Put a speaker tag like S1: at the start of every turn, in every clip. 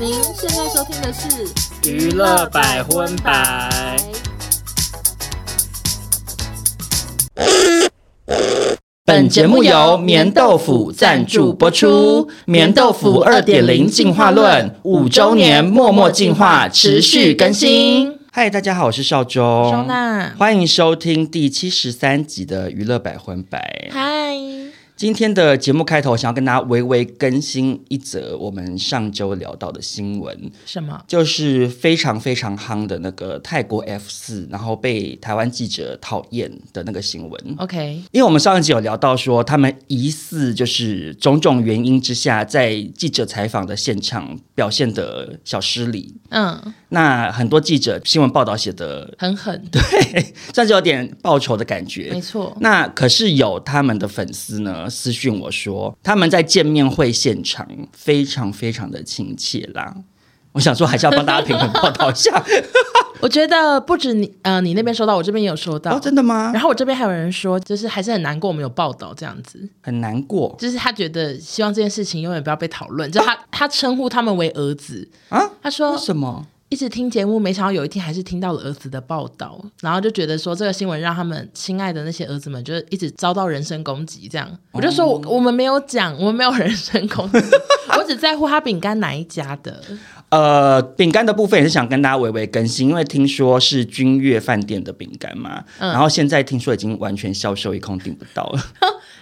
S1: 您现在收听的是《
S2: 娱乐百分百》。
S3: 本节目由棉豆腐赞助播出。棉豆腐二点零进化论五周年默默进化，持续更新。嗨，大家好，我是邵忠，
S1: 收纳
S3: 欢迎收听第七十三集的娱乐百分百。
S1: 嗨，
S3: 今天的节目开头，想要跟大家微微更新一则我们上周聊到的新闻，
S1: 什么？
S3: 就是非常非常夯的那个泰国 F 四，然后被台湾记者讨厌的那个新闻。
S1: OK，
S3: 因为我们上一集有聊到说，他们疑似就是种种原因之下，在记者采访的现场表现的小失礼。
S1: 嗯，
S3: 那很多记者新闻报道写的，
S1: 很狠，
S3: 对， 算是有点报仇的感
S1: 没
S3: 觉。
S1: 错。
S3: 那可是有他们的粉丝呢私讯我说，他们在见面会现场非常非常的亲切啦。我想说，还是要帮大家平衡报道一 下。
S1: 我觉得不止你，呃，你那边收到，我这边也有收到。
S3: 哦，真的吗
S1: 然？后我这边还有人说，就是还是很难过，我们有报道这样子，
S3: 很难过
S1: 就是他觉得希望这件事情永远不要被讨论。就他他称呼他们为儿子，
S3: 啊？
S1: 他说
S3: 为什么？
S1: 一直听节目，没想到有一天还是听到了儿子的报道，然后就觉得说这个新闻让他们亲爱的那些儿子们，就是一直遭到人身攻击。这
S3: 哦
S1: 样，我就说我我们没有讲，我们没有人 身攻击，我只在乎他饼干哪一家 的。
S3: 呃，饼干的部分也是想跟大家微微更新，因为听说是君悦饭店的饼干嘛，
S1: 嗯
S3: 然后现在听说已经完全销售一空，订不到了。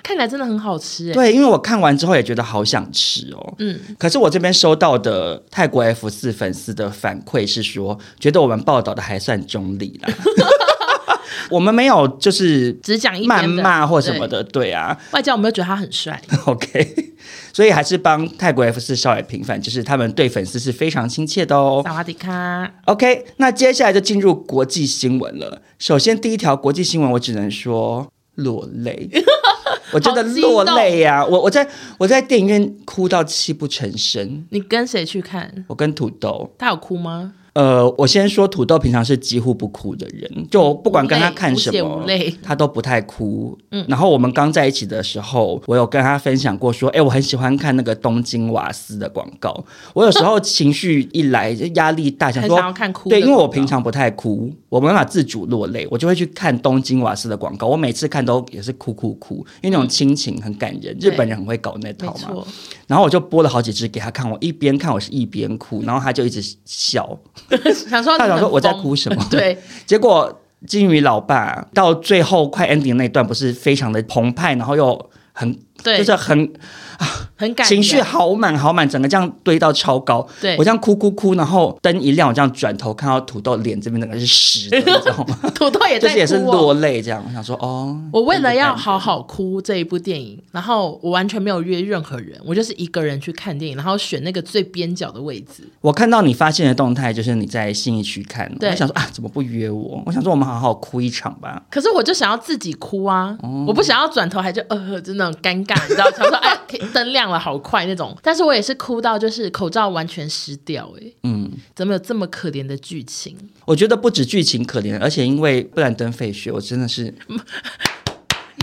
S1: 看起来真的很好吃、欸，
S3: 对，因为我看完之后也觉得好想吃哦。
S1: 嗯
S3: 嗯，可是我这边收到的泰国 F 四粉丝的反馈是说，觉得我们报道的还算中立 啦。我们没有就是
S1: 只讲一边
S3: 谩
S1: 的
S3: 骂或什么。的，哦对啊
S1: 对外加我们又觉得他很帅，
S3: ，OK，所以还是帮泰国 F 四稍微平反，就是他们对粉丝是非常亲切的哦。
S1: 萨瓦迪卡，
S3: OK，那接下来就进入国际新闻了。首先第一条国际新闻，我只能说落泪，我真的落泪呀、我我在我在电影院哭到泣不成声。
S1: 你跟谁去看？
S3: 我跟土豆，
S1: 他有哭吗？
S3: 呃，我先说土豆平常是几乎不哭的人，就我不管跟他看什
S1: 无
S3: 么
S1: 泪无嗯血无泪，
S3: 他都不太哭。然后我们刚在一起的时候，我有跟他分享过说，哎、我很喜欢看那个东京瓦斯的广 告。我有时候情绪一来，就压力大，想
S1: 很
S3: 说
S1: 想要看哭的
S3: 对，因为我
S1: 广告
S3: 平常不太哭，我没办法自主落泪，我就会去看东京瓦斯的广告。我每次看都也是哭哭哭，因为那种亲情很感人，日本人很会搞那
S1: 嗯没
S3: 套嘛。
S1: 错，
S3: 然后我就播了好几支给他看，我一边看我是一边哭，然后他就一直笑，
S1: 想说
S3: 他
S1: 你很
S3: 想说我在
S1: 疯？
S3: 哭什么
S1: 对，
S3: 结果金鱼老爸到最后快 ending 那一段不是非常的澎湃，然后又很
S1: 对，
S3: 就是很
S1: 很感
S3: 情绪
S1: 人
S3: 好满好满，整个这样堆到超高。
S1: 对
S3: 我这样哭哭哭，然后灯一亮，我这样转头看到土豆脸这边整个是湿 的，你知道吗？
S1: 土豆也在
S3: 就
S1: 哭、
S3: 是
S1: 哦，
S3: 也是落泪这样。我想说哦，
S1: 我为了要好好哭这一部电影，然后我完全没有约任何人，我就是一个人去看电影，然后选那个最边角的位置。
S3: 我看到你发现的动态，就是你在信义区看，
S1: 对
S3: 我想说啊，怎么不约我？我想说我们好好哭一场吧。
S1: 可是我就想要自己哭啊，我不想要转头还就呃，就那种尴尬，你知道，想说哎，可以灯亮了好快那种。但是我也是哭到就是口罩完全湿掉、欸，
S3: 嗯，
S1: 怎么有这么可怜的剧情？
S3: 我觉得不止剧情可怜，而且因为布兰登·费雪，我真的是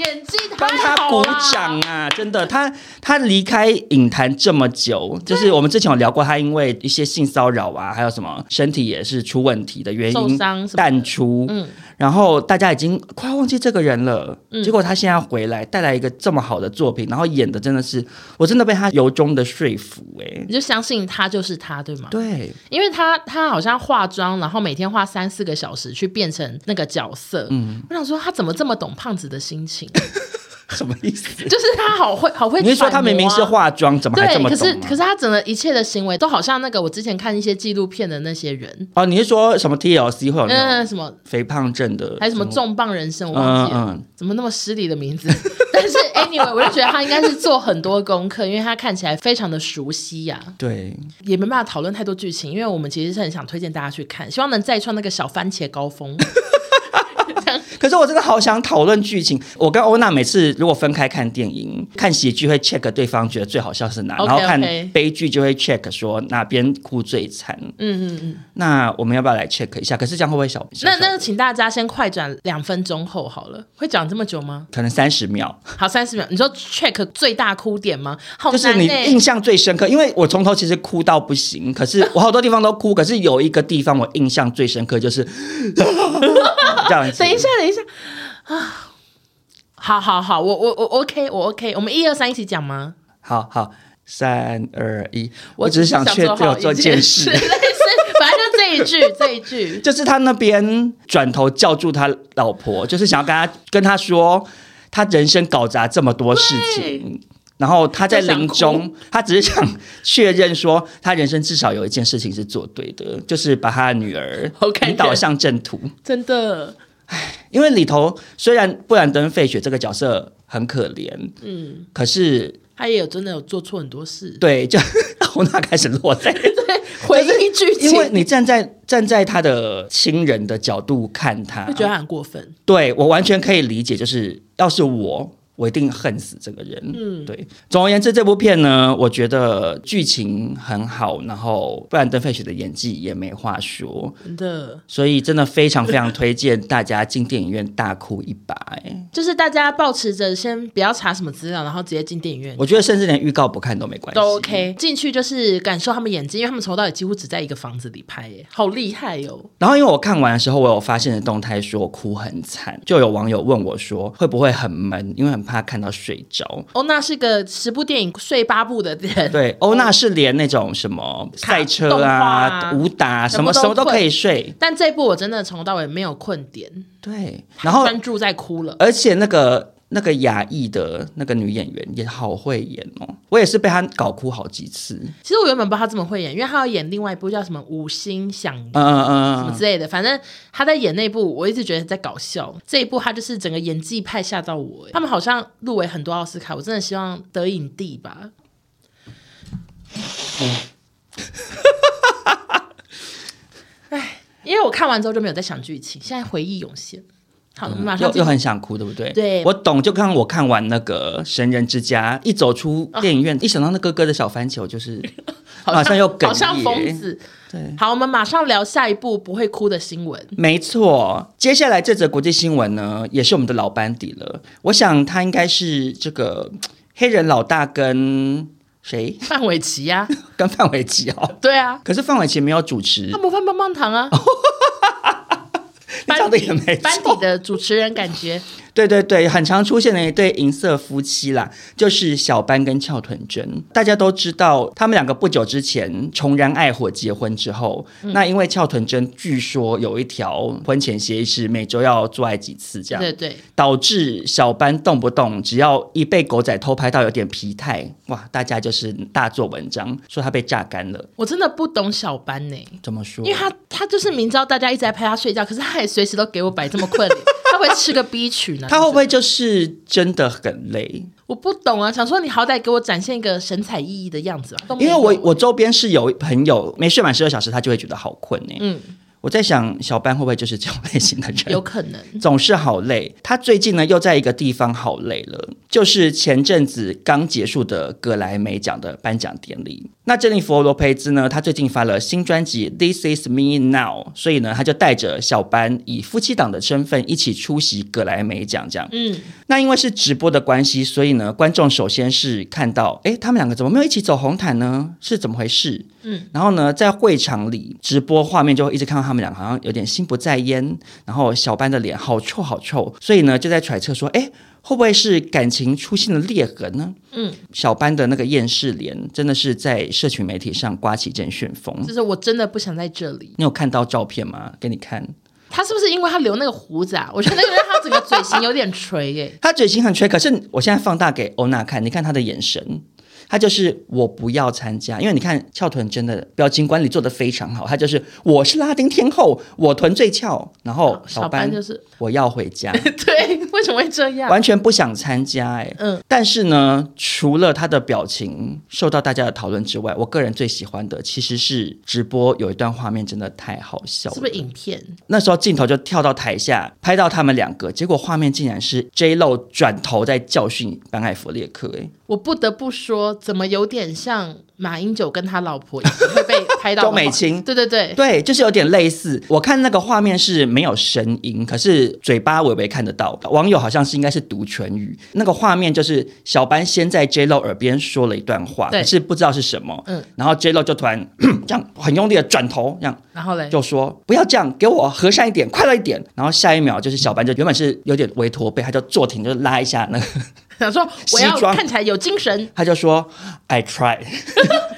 S1: 演技
S3: 帮
S1: 太
S3: 他
S1: 好
S3: 鼓
S1: 了，
S3: 掌啊！真的，他他离开影坛这么久，就是我们之前有聊过，他因为一些性骚扰啊，还有什么身体也是出问题的原
S1: 受
S3: 因
S1: 伤什么的
S3: 淡出，
S1: 嗯
S3: 然后大家已经快要忘记这个人了。结果他现在回来，带来一个这么好的作品，然后演的真的是，我真的被他由衷的说服哎、
S1: 你就相信他就是他，对吗？
S3: 对，
S1: 因为他他好像化妆，然后每天化三四个小时去变成那个角色。
S3: 嗯
S1: 我想说他怎么这么懂胖子的心情？ 就
S3: 什么意思？
S1: 是他好会好会、啊
S3: 你是说他明明是。化妆，怎么还这
S1: 对，
S3: 么
S1: 可
S3: 懂
S1: 是
S3: 啊、
S1: 可是他整个一切的行为都好像那个我之前看一些纪录片的那些人，
S3: 哦，你是说什么 TLC 会有那种哦
S1: 嗯，什么
S3: 肥胖症的，
S1: 还有什么重磅人生，我忘记了，
S3: 嗯嗯
S1: 怎么那么失礼的名字？ 但是 anyway，我就觉得他应该是做很多功课，因为他看起来非常的熟悉呀、
S3: 对。
S1: 也没办法讨论太多剧情，因为我们其实是很想推荐大家去看，希望能再创那个小番茄高峰。
S3: 可是我真的好想讨论剧情。我跟欧娜每次如果分开看电影、看喜剧会 check 对方觉得最好笑是哪
S1: OK，
S3: 然后看
S1: OK
S3: 悲剧就会 check 说哪边哭最惨。
S1: 嗯嗯嗯，
S3: 那我们要不要来 check 一下？可是这样会不会小？小
S1: 那
S3: 小
S1: 那请大家先快转两分钟后好了，会讲这么久吗？
S3: 可能三十秒，
S1: 好，三十秒，你说 check 最大哭点吗？好
S3: 就是
S1: 难欸
S3: 你
S1: 呢、
S3: 印象最深刻，因为我从头其实哭到不行，可是我好多地方都哭，可是有一个地方我印象最深刻，就是 这样子。
S1: 等一下，等一下啊！好好好，我我我 OK，我 OK，我们一二三一起讲吗？
S3: 好好，三二一，我只是想确
S1: 做
S3: 对我
S1: 好
S3: 做
S1: 一
S3: 件
S1: 件，
S3: 事
S1: 类似 反正就这 一句，这一句。
S3: 就是他那边转头叫住他老婆，就是想要跟他跟他说，他人生搞砸这么多事情。
S1: 哎
S3: 然后他在临
S1: 就
S3: 终，他只是想确认说，他人生至少有一件事情是做对的，就是把他女儿
S1: OK，
S3: 引导上正途。
S1: 真的，
S3: 因为里头虽然布兰登·费雪这个角色很可怜，
S1: 嗯，
S3: 可是
S1: 他也有真的有做错很多事，
S3: 对，就 红娜开始落 泪。
S1: 回忆剧情，
S3: 因为你站在站在他的亲人的角度看他，
S1: 会觉得他很过分，
S3: 对我完全可以理解，就是要是我。我一定恨死这个人。嗯，对。总而言之，这部片呢，我觉得剧情很好，然后布兰登·费雪的演技也没话说，
S1: 真的。
S3: 所以真的非常非常推荐大家进电影院大哭一把、哎，
S1: 就是大家保持着先不要查什么资料，然后直接进电影院
S3: 我觉得甚至连预告不看都没关系，
S1: 都 OK。进去就是感受他们演技，因为他们从头到尾几乎只在一个房子里拍，耶，好厉害哦哟、
S3: 然后因为我看完的时候，我有发现的动态说我哭很惨，就有网友问我说会不会很闷，因为很怕看到睡着。
S1: 欧娜哦是个十部电影睡八部的人，
S3: 对，欧娜是连那种什么赛车
S1: 哦动画
S3: 啊、
S1: 啊
S3: 武打啊什
S1: 全
S3: 么
S1: 部都
S3: 什么都可
S1: 困
S3: 以睡。
S1: 但这部我真的从头到尾没有困点，
S3: 对，然后
S1: 专注在哭了。
S3: 而且那个那个亚裔的那个女演员也好会演哦，我也是被她搞哭好几次。
S1: 其实我原本不知道她这么会演，因为她要演另外一部叫什么《五星响铃》
S3: 嗯嗯
S1: 什
S3: 嗯
S1: 么
S3: 嗯
S1: 之类的，反正她在演那部，我一直觉得在搞笑。这一部她就是整个演技派吓到我，欸他们好像入围很多奥斯卡，我真的希望得影帝吧。哎，因为我看完之后就没有再想剧情，现在回忆涌现。好，我们马
S3: 嗯，
S1: 上
S3: 又
S1: 进
S3: 又很想哭，对不对？
S1: 对
S3: 我懂。就刚我看完那个《神人之家》，一走出电影院，一想到那哥哥的小番茄，我就是
S1: 啊 好
S3: 马上又哽
S1: 好像
S3: 咽
S1: 疯子。
S3: 对，
S1: 好，我们马上聊下一部不会哭的新闻。
S3: 没错，接下来这则国际新闻呢，也是我们的老班底了。我想他应该是这个嘖黑人老大跟谁？
S1: 范玮琪呀、
S3: 跟范玮琪哦。
S1: 对啊，
S3: 可是范玮琪没有主持
S1: 他，模范棒棒糖啊，
S3: 你讲的也哦没
S1: 班底
S3: 错。
S1: 的主持人感觉
S3: 对对对，很常出现的一对银色夫妻啦，就是小班跟翘臀真。大家都知道，他们两个不久之前重燃爱火结婚之后，
S1: 嗯
S3: 那因为翘臀真据说有一条婚前协议是每周要做爱几次 这样，
S1: 对对，
S3: 导致小班动不动只要一被狗仔偷拍到有点疲态，哇，大家就是大做文章，说他被榨干了。
S1: 我真的不懂小班呢、
S3: 怎么说
S1: 因为？他他就是明知道大家一直在拍他睡觉，可是他也随时都给我摆这么困 脸，他会吃个 B 曲呢？
S3: 他会不会就是真的很累？
S1: 我不懂啊，想说你好歹给我展现一个神采奕奕的样子啊吧。都没
S3: 因为
S1: 有
S3: 我我周边是有朋友没睡满十二小时，他就会觉得好困呢、
S1: 嗯，
S3: 我在想，小班会不会就是这种类型的人？
S1: 有可能
S3: 总是好累。他最近呢又在一个地方好累了，就是前阵子刚结束的格莱美奖的颁奖典礼。那珍妮佛罗培兹呢，她最近发了新专辑《This Is Me Now》，所以呢，她就带着小班以夫妻档的身份一起出席格莱美奖，这样。
S1: 嗯，
S3: 那因为是直播的关系，所以呢，观众首先是看到，诶，他们两个怎么没有一起走红毯呢？是怎么回事？嗯，然后呢，在会场里直播画面就会一直看到他们两个好像有点心不在焉，然后小班的脸好臭好臭，所以呢，就在揣测说，诶，会不会是感情出现了裂痕呢？嗯，小班的那个厌世脸真的是在社群媒体上刮起一阵旋风。
S1: 就是我真的不想在这里。
S3: 你有看到照片吗？给你看。
S1: 他是不是因为他留那个胡子啊？我觉得那个人他整个嘴型有点垂耶、
S3: 他嘴型很垂，可是我现在放大给欧娜看，你看她的眼神，他就是我不要参加，因为你看翘臀真的表情管理做得非常好，他就是我是拉丁天后，我臀最翘，然后
S1: 哦小班
S3: 哦班
S1: 就是
S3: 我要回家，
S1: 对，为什么会这样？
S3: 完全不想参加、哎，
S1: 嗯，
S3: 但是呢，除了他的表情受到大家的讨论之外，我个人最喜欢的其实是直播有一段画面真的太好笑了，
S1: 是不是影片？
S3: 那时候镜头就跳到台下，拍到他们两个，结果画面竟然是 J Lo 转头在教训班艾弗列克、哎，
S1: 我不得不说，怎么有点像马英九跟他老婆以前会被拍到
S3: 周美青
S1: 对对对，
S3: 对，就是有点类似。我看那个画面是没有声音，可是嘴巴微微看得到。网友好像是应该是读唇语，那个画面就是小班先在 J Lo 耳边说了一段话，
S1: 对
S3: 可是不知道是什么。
S1: 嗯
S3: 然后 J Lo 就突然 这样很用力的转头，这样
S1: 然后嘞，
S3: 就说不要这样，给我和善一点，快乐一点。然后下一秒就是小班就原本是有点微驼背，他就坐挺，就拉一下那个，
S1: 想说我要
S3: 西装
S1: 看起来有精 神，
S3: 他就说 I try，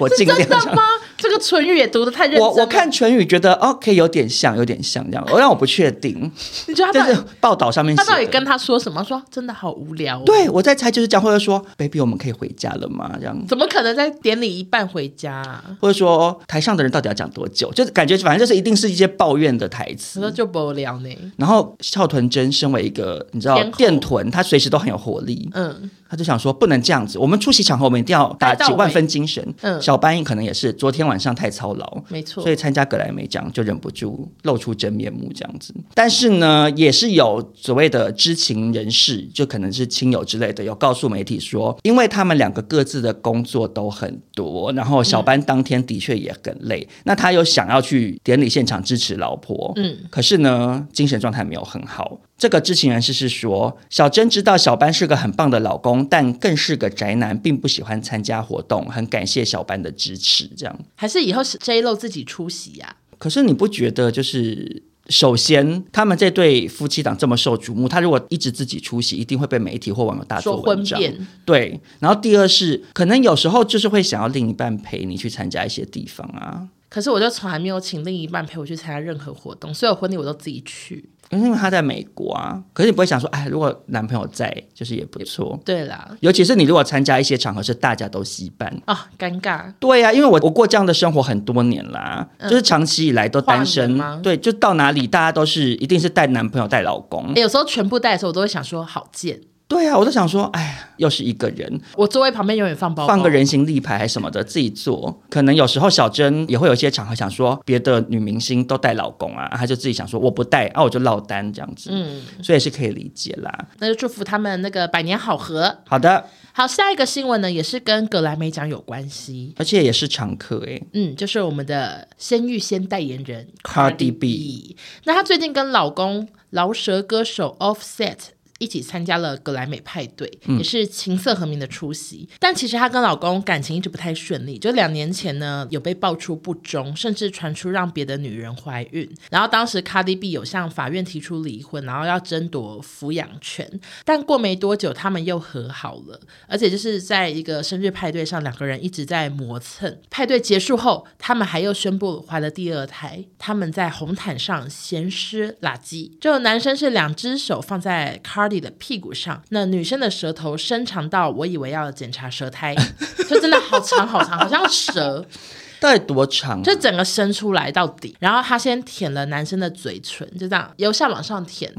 S3: 我
S1: 是
S3: 尽量
S1: 真
S3: 这
S1: 的
S3: 样。
S1: 吗？这个唇语也读的太认真了
S3: 我我看唇语觉得哦，可以有点像，有点像这样，我让我不确定。
S1: 你觉得
S3: 这
S1: 他到
S3: 是
S1: 底
S3: 报道上面写
S1: 他
S3: 的。
S1: 到底跟他说什么？说真的好无聊、哦，，
S3: 对我在猜就是这样，或者说 baby 我们可以回家了吗？这样，
S1: 怎么可能在典礼一半回家、啊？
S3: 或者说台上的人到底要讲多久？就是感觉反正就是一定是一些抱怨的台
S1: 他说
S3: 词。
S1: 就不无聊呢，
S3: 然后翘臀真身为一个你知道
S1: 天后
S3: 电臀，他随时都很有活力，
S1: 嗯，
S3: 他就想说不能这样子，我们出席场合我们一定要打
S1: 带到
S3: 几万
S1: 位
S3: 分精神。
S1: 嗯
S3: 小班可能也是昨天晚上太操劳，
S1: 没错
S3: 所，以参加格莱美奖就忍不住露出真面目这样子。但是呢，也是有所谓的知情人士，就可能是亲友之类的，有告诉媒体说，因为他们两个各自的工作都很多，然后小班当天的确也很累，那他有想要去典礼现场支持老婆，
S1: 嗯，
S3: 可是呢，精神状态没有很好。这个知情人士是说，小珍知道小班是个很棒的老公，但更是个宅男，并不喜欢参加活动，很感谢小班的支持，这样。
S1: 还是以后是 J Lo 自己出席啊呀、
S3: 可是你不觉得就是？首先，他们这对夫妻档这么受瞩目，他如果一直自己出席，一定会被媒体或网友大做
S1: 说婚
S3: 文章。
S1: 变，
S3: 对，然后第二是，可能有时候就是会想要另一半陪你去参加一些地方啊，
S1: 可是我就从来没有请另一半陪我去参加任何活动，所有婚礼我都自己去。
S3: 因为他在美国啊。可是你不会想说，哎，如果男朋友在，就是也不错。
S1: 对啦，
S3: 尤其是你如果参加一些场合是大家都惜办，
S1: 啊，尴尬，
S3: 对呀、因为我我过这样的生活很多年啦，就是长期以来都
S1: 跨
S3: 单
S1: 年
S3: 身
S1: 嗯吗，
S3: 对，就到哪里大家都是一定是带男朋友带老公
S1: 欸。有时候全部带的时候，我都会想说好贱。
S3: 对啊，我都想说，哎呀，又是一个人，
S1: 我座位旁边永远放包包，
S3: 放个人形立牌还什么的，自己做。可能有时候小珍也会有一些场合想说，别的女明星都带老公啊，她就自己想说我不带，啊我就落单这样子。嗯，所以是可以理解啦。
S1: 那就祝福他们那个百年好合。
S3: 好的，
S1: 好，下一个新闻呢，也是跟格莱美奖有关系。
S3: 而且也是常客欸诶、
S1: 嗯，就是我们的先预先代言人
S3: Cardi
S1: B。那她最近跟老公饶舌歌手 Offset 一起参加了格莱美派对，也是情色和鸣的出席。但其实她跟老公感情一直不太顺利，就两年前呢有被爆出不忠，甚至传出让别的女人怀孕。然后当时 Cardi B 有向法院提出离婚，然后要争夺抚养权。但过没多久，他们又和好了，而且就是在一个生日派对上，两个人一直在磨蹭。派对结束后，他们还又宣布怀了第二胎。他们在红毯上咸湿拉鸡，这个男生是两只手放在 Cardi 的屁股上，那女生的舌头伸长到我以为要检查舌苔，就真的好长好长，好像蛇。
S3: 到底多长、啊？
S1: 就整个伸出来到底，然后他先舔了男生的嘴唇，就这样由下往上舔，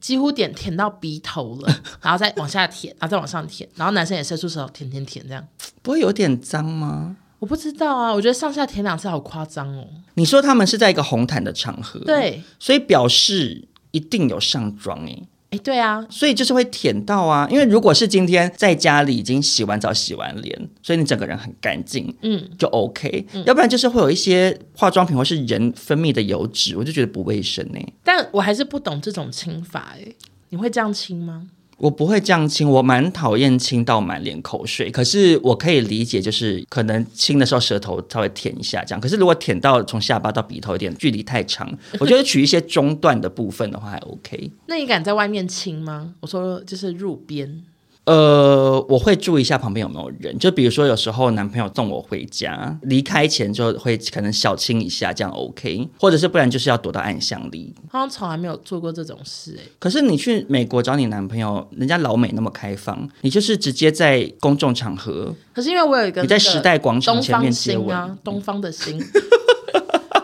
S1: 几乎点舔到鼻头了，然后再往下舔，然后再往上舔，然后男生也伸出手舔舔舔这样。
S3: 不会有点脏吗？
S1: 我不知道啊，我觉得上下舔两次好夸张哦。
S3: 你说他们是在一个红毯的场合，，
S1: 对，
S3: 所以表示一定有上妆欸诶、
S1: 哎，对啊，
S3: 所以就是会舔到啊，因为如果是今天在家里已经洗完澡、洗完脸，所以你整个人很干净，
S1: 嗯，
S3: 就 OK。要不然就是会有一些化妆品或是人分泌的油脂，我就觉得不卫生呢、欸
S1: 但我还是不懂这种亲法哎，你会这样亲吗？
S3: 我不会这样亲，我蛮讨厌亲到满脸口水。可是我可以理解，就是可能亲的时候舌头稍微舔一下这样。可是如果舔到从下巴到鼻头有点距离太长，我觉得取一些中段的部分的话还 OK。
S1: 那你敢在外面亲吗？我说就是入边，
S3: 呃，我会注意一下旁边有没有人，就比如说有时候男朋友送我回家，离开前就会可能小亲一下，这样 OK，或者是不然就是要躲到暗巷里。
S1: 好像从来没有做过这种事哎、
S3: 可是你去美国找你男朋友，人家老美那么开放，你就是直接在公众场合，
S1: 可是因为我有一个
S3: 你在
S1: 那个
S3: 时代广场
S1: 东
S3: 前
S1: 方
S3: 面接
S1: 心
S3: 吻，
S1: 啊，东方的 心。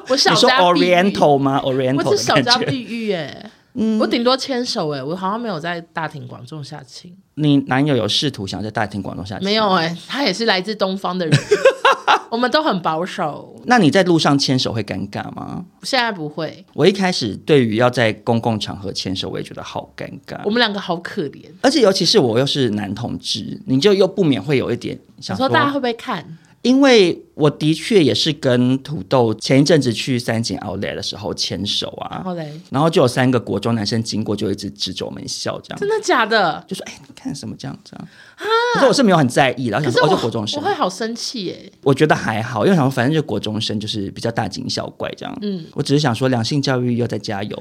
S1: 我小
S3: 你说
S1: 家碧玉
S3: Oriental 吗
S1: 我
S3: ？Oriental
S1: 是小
S3: 的
S1: 家
S3: 感觉。嗯
S1: 碧玉哎、我顶多牵手哎、我好像没有在大庭广众下亲，
S3: 你男友有试图想在大庭广众下
S1: 没有？哎、他也是来自东方的 人，我们都很保守，
S3: 那你在路上牵手会尴尬吗？
S1: 现在不会，
S3: 我一开始对于要在公共场合牵手，我也觉得好尴尬
S1: 我。们两个好可怜。
S3: 而且尤其是我又是男同志，你就又不免会有一点
S1: 你
S3: 想
S1: 说
S3: 说，
S1: 大家会不会看？
S3: 因为我的确也是跟土豆前一阵子去三井 Outlet 的时候牵手
S1: 然
S3: 啊，
S1: 后嘞，
S3: 然后就有三个国中男生经过，就一直指着我们笑，这样
S1: 真的假的？
S3: 就说：“哎、你看什么这样这样。”可是我是没有很在意，然后
S1: 可
S3: 想
S1: 是
S3: 说哦，
S1: 我
S3: 就国中生
S1: 我，会好生气哎、
S3: 我觉得还好，因为想说反正就国中生就是比较大惊小怪这样。嗯，我只是想说两性教育要再加油。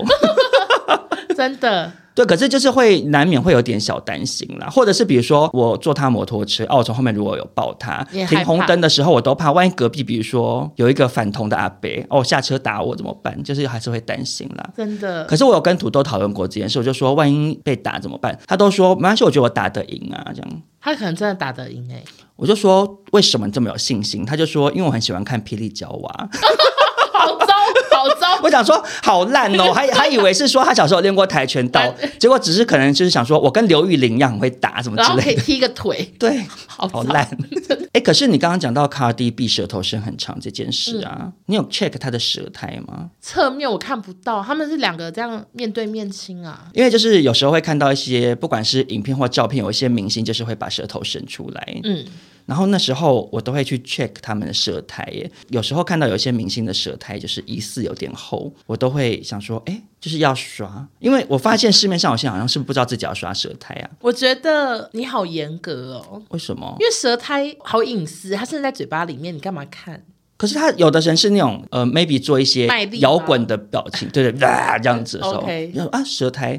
S1: 真的。
S3: 对，可是就是会难免会有点小担心啦，或者是比如说我坐他摩托车，哦，我从后面如果有抱他，
S1: 你也害怕
S3: 停红灯的时候我都怕，万一隔壁比如说有一个反同的阿伯，哦，下车打我怎么办？就是还是会担心啦。
S1: 真的
S3: 可，是我有跟土豆讨论过这件事，我就说万一被打怎么办？他都说没关系，我觉得我打得赢啊，这样。
S1: 他可能真的打得赢 哎、
S3: 我就说为什么你这么有信心？他就说因为我很喜欢看《霹雳娇 娃》，
S1: 好糟，好 糟，
S3: 我想说好烂哦，还还以为是说他小时候练过跆拳 道，结果只是可能就是想说我跟刘玉玲一样很会打什么
S1: 然
S3: 之
S1: 后
S3: 类
S1: 可
S3: 的
S1: 以。踢个腿，
S3: 对，
S1: 好
S3: 好
S1: 糟
S3: 烂。 哎、可是你刚刚讲到 Cardi B 舌头伸很长这件事啊，
S1: 嗯
S3: 你有 check 他的舌苔吗？
S1: 侧面我看不到，他们是两个这样面对面亲啊，
S3: 因为就是有时候会看到一些，不管是影片或照片，有一些明星就是会把舌头伸出来，
S1: 嗯，
S3: 然后那时候我都会去 check 他们的舌苔耶。有时候看到有一些明星的舌苔就是疑似有点厚，我都会想说，哎、就是要刷，因为我发现市面上有些人好像是不知道自己要刷舌苔啊，
S1: 我觉得你好严格哦。
S3: 为什么？
S1: 因为舌苔好隐私，它甚至在嘴巴里面，你干嘛看？
S3: 可是他有的人是那种呃，maybe 做一些
S1: 卖力吗
S3: 摇滚的表情， 对对，啊、这样子的时候
S1: OK，
S3: 你说啊舌苔，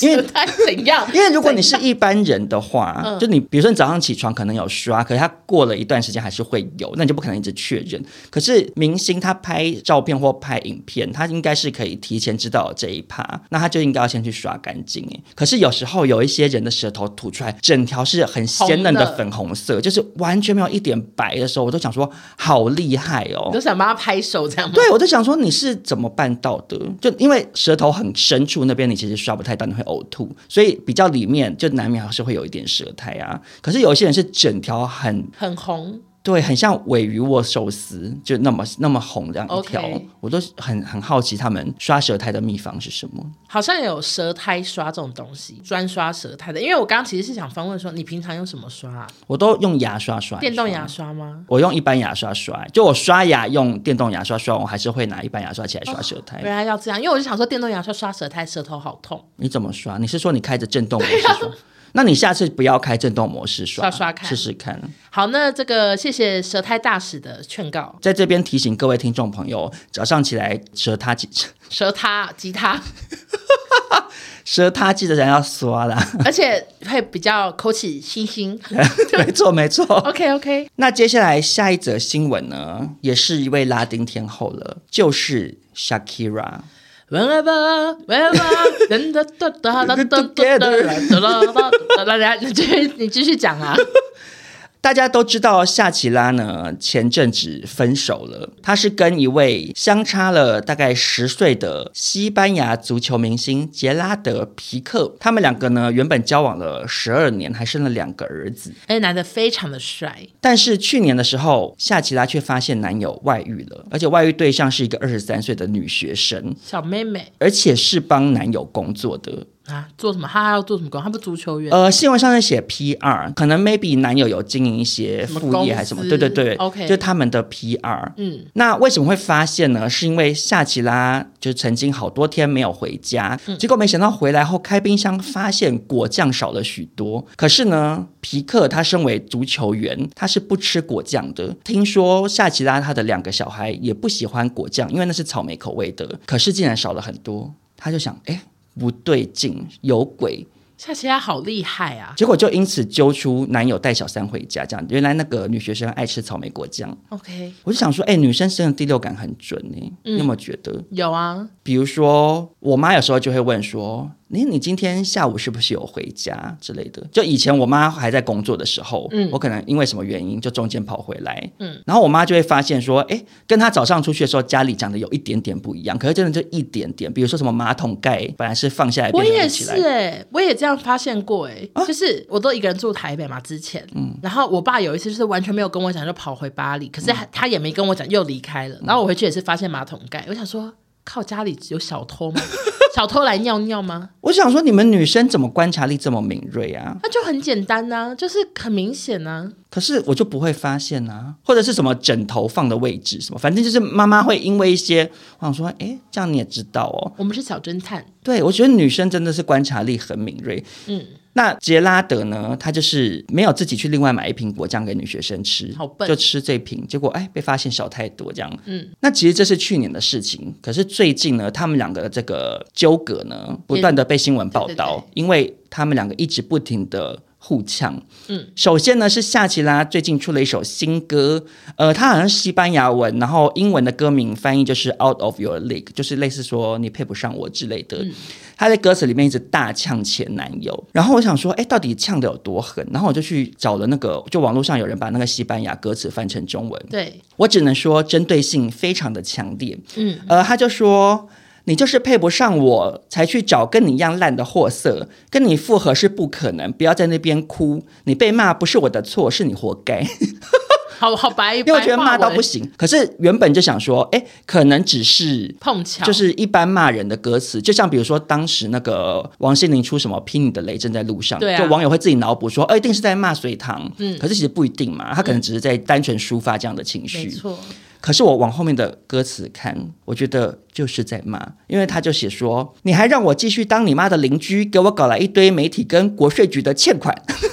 S3: 因为
S1: 舌苔嗯怎样？
S3: 因为如果你是一般人的 话，就你比如说你早上起床可能有刷，可是他过了一段时间还是会有，那你就不可能一直确认。可是明星他拍照片或拍影片，他应该是可以提前知道有这一趴，那他就应该要先去刷干净。哎，可是有时候有一些人的舌头吐出来，整条是很鲜嫩
S1: 红
S3: 的
S1: 的
S3: 粉红色，就是完全没有一点白的时候，我都想说好厉害哦
S1: 你都。想帮他拍手这样吗？
S3: 对，我就想说你是怎么办到的？就因为舌头很深处那边，你其实刷不太到，你会呕吐，所以比较里面就难免还是会有一点舌苔啊。可是有一些人是整条很
S1: 很红，
S3: 对，很像尾鱼握寿司，就那么那么红这样一
S1: OK
S3: 条我都很很好奇他们刷舌苔的秘方是什么。
S1: 好像有舌苔刷这种东西，专刷舌苔的。因为我刚刚其实是想翻问说，你平常用什么刷、啊？
S3: 我都用牙刷刷，
S1: 电动牙。刷吗？
S3: 我用一般牙刷刷，就我刷牙用电动牙刷刷，我还是会拿一般牙刷起来刷
S1: 哦
S3: 舌苔。
S1: 原来要这样，因为我就想说，电动牙刷刷舌苔，舌头好痛，
S3: 你怎么刷？你是说你开着震动模式刷？那你下次不要开震动模式刷，
S1: 啊刷刷看
S3: 试试看。
S1: 好，那这个谢谢舌苔大使的劝告，
S3: 在这边提醒各位听众朋友，早上起来舌他 记
S1: 舌苔吉他，
S3: 舌他记得人要 刷啦，
S1: 而且会比较口起星星。
S3: 没错没错。
S1: OK OK，
S3: 那接下来下一则新闻呢，也是一位拉丁天后了，就是 Shakira。
S1: Whenever, whenever, 噔噔噔噔噔噔噔噔噔噔噔，来，你继续，你继续讲啊。
S3: 大家都知道夏奇拉呢，前阵子分手了。她是跟一位相差了大概十岁的西班牙足球明星杰拉德·皮克，他们两个呢原本交往了十二年，还生了两个儿子。
S1: 哎，男的非常的帅，
S3: 但是去年的时候，夏奇拉却发现男友外遇了，而且外遇对象是一个二十三岁的女学生，
S1: 小妹妹
S3: 而且是帮男友工作的。
S1: 啊，做什么？她要做什么工？她不足球员，
S3: 呃，新闻上是写 PR，可能 maybe 男友有经营一些
S1: 什么
S3: 副
S1: 公
S3: 业还是什么，
S1: 司
S3: 对对对
S1: OK
S3: 就他们的 PR。
S1: 嗯，
S3: 那为什么会发现呢？是因为夏奇拉就曾经好多天没有回家，结果没想到回来后开冰箱发现果酱少了许多。可是呢，皮克他身为足球员，他是不吃果酱的。听说夏奇拉他的两个小孩也不喜欢果酱，因为那是草莓口味的，可是竟然少了很多。他就想，哎，不对劲，有鬼。
S1: 夏奇拉好厉害啊！
S3: 结果就因此揪出男友带小三回家，这样原来那个女学生爱吃草莓果酱，
S1: OK，
S3: 我就想说，哎、女生真的第六感很准呢、
S1: 嗯
S3: 你有没有觉得？
S1: 有啊，
S3: 比如说，我妈有时候就会问说：“你你今天下午是不是有回家之类的？”就以前我妈还在工作的时候，
S1: 嗯
S3: 我可能因为什么原因就中间跑回来，
S1: 嗯
S3: 然后我妈就会发现说：“哎，跟她早上出去的时候家里讲的有一点点不一样，可是真的就一点点，比如说什么马桶盖本来是放下来，
S1: 我
S3: 变成
S1: 也
S3: 立起
S1: 是
S3: 来。”啊
S1: 哎、我也这样发现过哎、就是我都一个人住台北嘛，之前，
S3: 嗯
S1: 然后我爸有一次就是完全没有跟我讲，就跑回巴黎，可是他他也没跟我讲，又离开
S3: 嗯
S1: 了。然后我回去也是发现马桶盖，我想说，靠，家里有小偷吗？ 小偷来尿尿吗？
S3: 我想说，你们女生怎么观察力这么敏锐啊？
S1: 那就很简单呐、就是很明显呐、
S3: 可是我就不会发现啊，或者是什么枕头放的位置什么，反正就是妈妈会因为一些，我想说，哎，这样你也知道哦。
S1: 我们是小侦探，
S3: 对，我觉得女生真的是观察力很敏锐。
S1: 嗯，
S3: 那杰拉德呢，他就是没有自己去另外买一瓶果酱给女学生吃，
S1: 好笨
S3: 就吃这瓶，结果哎被发现少太多这样。
S1: 嗯，
S3: 那其实这是去年的事情，可是最近呢，他们两个的这个纠葛呢，不断的被新闻报
S1: 对
S3: 道，
S1: 对对
S3: 因为他们两个一直不停的。互呛，
S1: 嗯，
S3: 首先呢是夏奇拉最近出了一首新歌，呃，它好像是西班牙文，然后英文的歌名翻译就是 Out of Your League，就是类似说你配不上我之类的。她在歌词里面一直大呛前男友，然后我想说，哎，到底呛的有多狠？然后我就去找了那个，就网络上有人把那个西班牙歌词翻成中文，
S1: 对，
S3: 我只能说针对性非常的强烈。
S1: 嗯，
S3: 呃，他就说。你就是配不上我，才去找跟你一样烂的货色，跟你复合是不可能。不要在那边哭，你被骂不是我的错，是你活该。
S1: 好好白，
S3: 因为我觉得
S1: 白话
S3: 骂到
S1: 文
S3: 不行，可是原本就想说，哎，可能只是
S1: 碰巧，
S3: 就是一般骂人的歌词，就像比如说当时那个王心凌出什么“拼你的雷正在路上”，
S1: 对啊
S3: 就网友会自己脑补说，哦，一定是在骂隋唐，
S1: 嗯
S3: 可是其实不一定嘛，他可能只是在单纯抒发这样的情
S1: 没
S3: 绪。
S1: 错，
S3: 可是我往后面的歌词看，我觉得就是在骂，因为他就写说，你还让我继续当你妈的邻居，给我搞来一堆媒体跟国税局的欠款。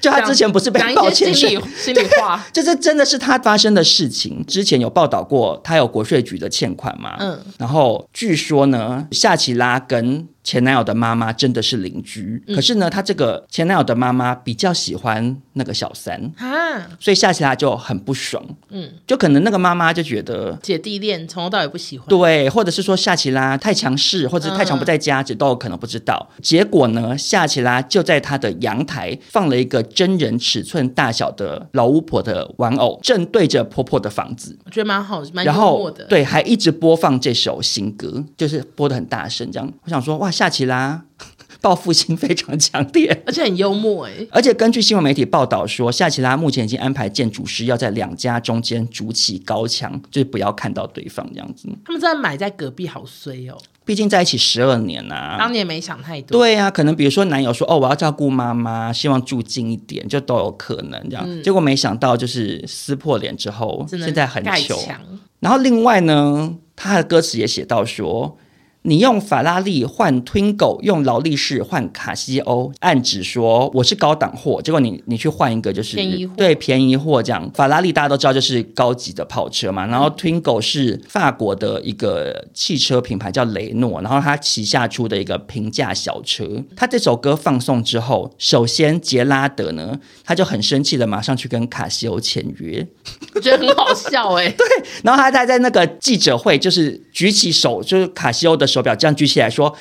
S3: 就他之前不是被
S1: 讲
S3: 抱
S1: 一
S3: 歉
S1: 些
S3: 税
S1: 心里心里话，
S3: 这这真的是他发生的事情。之前有报道过，他有国税局的欠款嘛？
S1: 嗯，
S3: 然后据说呢，夏奇拉跟前男友的妈妈真的是邻居，
S1: 嗯
S3: 可是呢，他这个前男友的妈妈比较喜欢那个小三，
S1: 啊，
S3: 所以夏奇拉就很不爽。
S1: 嗯，
S3: 就可能那个妈妈就觉得。
S1: 姐弟恋从头到尾不喜欢，
S3: 对，或者是说夏奇拉太强势，或者是太常不在家，这、都有可能不知道。结果呢，夏奇拉就在她的阳台放了一个真人尺寸大小的老巫婆的玩偶，正对着婆婆的房子。
S1: 我觉得蛮好，蛮幽
S3: 然
S1: 默
S3: 后
S1: 哎的。
S3: 对，还一直播放这首新歌，就是播的很大声，这样。我想说，哇，夏奇拉 报复心非常强烈。
S1: 而且很幽默哎、
S3: 而且根据新闻媒体报道说，夏奇拉目前已经安排建筑师要在两家中间筑起高墙，就是不要看到对方这样子。
S1: 他们真的买在隔壁好衰哦，
S3: 毕竟在一起十二年呐、
S1: 当年没想太多。
S3: 对啊，可能比如说男友说哦，我要照顾妈妈，希望住近一点，就都有可能这样。结果没想到就是撕破脸之后，
S1: 嗯只能
S3: 现在很
S1: 盖
S3: 穷。
S1: 墙，
S3: 然后另外呢，他的歌词也写到说，你用法拉利换 Twingo，用劳力士换卡西欧，暗指说我是高档货，结果你你去换一个就是
S1: 便宜货
S3: 对便宜货这样。法拉利大家都知道就是高级的跑车嘛，然后 Twingo 是法国的一个汽车品牌叫雷诺，然后他旗下出的一个平价小车。他这首歌放送之后，首先杰拉德呢他就很生气的马上去跟卡西欧签约，
S1: 我觉得很好笑 哎、
S3: 然后他在在那个记者会，就是举起手，就是卡西欧的手表这样举起来说，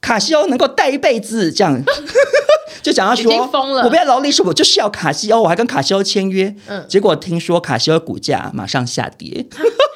S3: 卡西欧能够戴一辈子，这样 就讲到
S1: 已经
S3: 说，
S1: 疯了
S3: 我不要劳力士，我就是要卡西欧，我还跟卡西欧签约。
S1: 嗯
S3: 结果听说卡西欧股价马上下跌，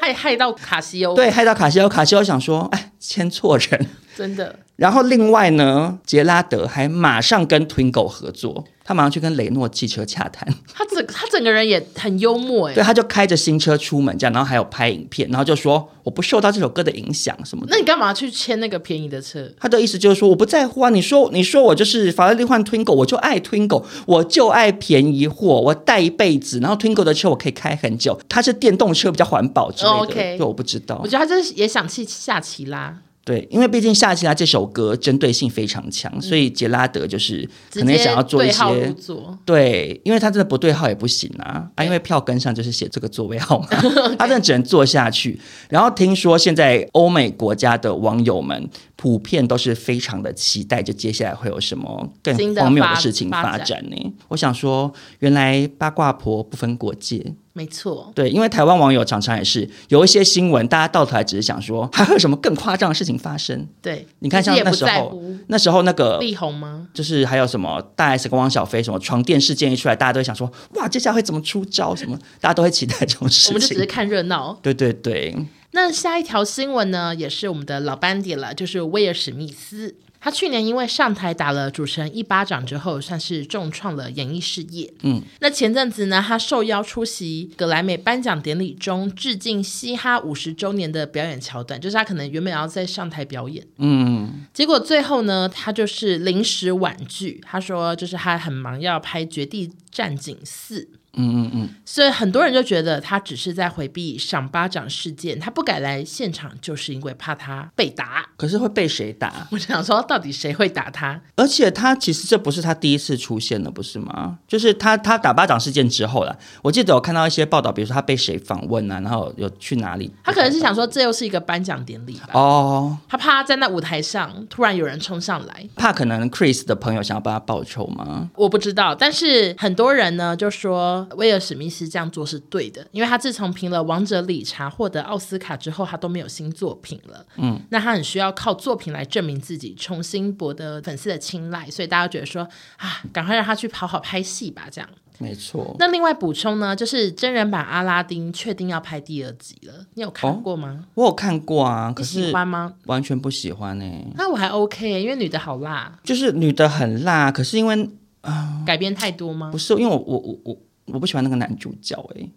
S1: 害害到卡西欧，
S3: 对，害到卡西欧，卡西欧想说，哎，签错人。
S1: 真的
S3: 然后另外呢，杰拉德还马上跟 Twingo 合作，他马上去跟雷诺汽车洽谈。
S1: 他整他整个人也很幽默哎、
S3: 对，他就开着新车出门，这样，然后还有拍影片，然后就说我不受到这首歌的影响什么的
S1: 那。你干嘛去签那个便宜的车？
S3: 他的意思就是说，我不在乎啊！你说，你说我就是法拉利换 Twingo，我就爱 Twingo，我就爱便宜货，我带一辈子。然后 Twingo 的车我可以开很久，它是电动车，比较环保之类的。
S1: 哦，OK
S3: 对，我不知道
S1: 我。觉得他真是也想气夏奇拉，
S3: 对，因为毕竟夏奇拉这首歌针对性非常强，所以杰拉德就是
S1: 直
S3: 可能
S1: 接
S3: 想要做一
S1: 对号入
S3: 些
S1: 座，
S3: 对，因为他真的不对号也不行啊，啊，因为票根上就是写这个座位号码， 他真的只能坐下去。然后听说现在欧美国家的网友们普遍都是非常的期待，就接下来会有什么更
S1: 新的
S3: 荒谬的
S1: 发
S3: 事情
S1: 发
S3: 发
S1: 展
S3: 展呢、我想说，原来八卦婆不分国界，
S1: 没错，
S3: 对，因为台湾网友常常也是有一些新闻，大家到头来只是想说，还会有什么更夸张的事情发生？
S1: 对。
S3: 你看，
S1: 其
S3: 像
S1: 实也
S3: 那
S1: 不
S3: 时
S1: 在
S3: 候，
S1: 乎
S3: 那时候那个
S1: 力宏吗？
S3: 就是还有什么大 S 跟汪小菲什么床垫事件一出来，大家都会想说，哇，接下来会怎么出招？什么，大家都会期待这种
S1: 我
S3: 事
S1: 们就只是
S3: 情。
S1: 看热闹。
S3: 对对对，
S1: 那下一条新闻呢，也是我们的老班底了，就是威尔史密斯。他去年因为上台打了主持人一巴掌之后，算是重创了演艺事业。
S3: 嗯，
S1: 那前阵子呢，他受邀出席格莱美颁奖典礼中致敬嘻哈五十周年的表演桥段，就是他可能原本要在上台表演，
S3: 嗯，
S1: 结果最后呢，他就是临时婉拒，他说就是他很忙，要拍《绝地战警四》。
S3: 嗯嗯嗯，
S1: 所以很多人就觉得他只是在回避赏巴掌事件，他不敢来现场，就是因为怕他被打。
S3: 可是会被谁打？
S1: 我想说，到底谁会打他？
S3: 而且他其实这不是他第一次出现了，不是吗？就是他他打巴掌事件之后啦，我记得我看到一些报道，比如说他被谁访问啊，然后有去哪里，
S1: 他可能是想说，这又是一个颁奖典礼吧。
S3: 哦，
S1: 他怕在那舞台上突然有人冲上来，
S3: 怕可能 Chris 的朋友想要帮他报仇吗？
S1: 我不知道。但是很多人呢就说威尔史密斯这样做是对的，因为他自从凭了《王者理查》获得奥斯卡之后，他都没有新作品了。嗯，那他很需要靠作品来证明自己，重新博得粉丝的青睐，所以大家觉得说啊，赶快让他去好好拍戏吧，这样。
S3: 没错，
S1: 那另外补充呢，就是真人版阿拉丁确定要拍第二集了，你有看过吗？
S3: 我有看过啊，哦可
S1: 你
S3: 是
S1: 喜欢吗？
S3: 完全不喜欢呢、
S1: 那我还 OK，耶因为女的好辣，
S3: 就是女的很辣，可是因为
S1: 改编太多吗
S3: 不？是因为我我我我我不喜欢那个男主角哎、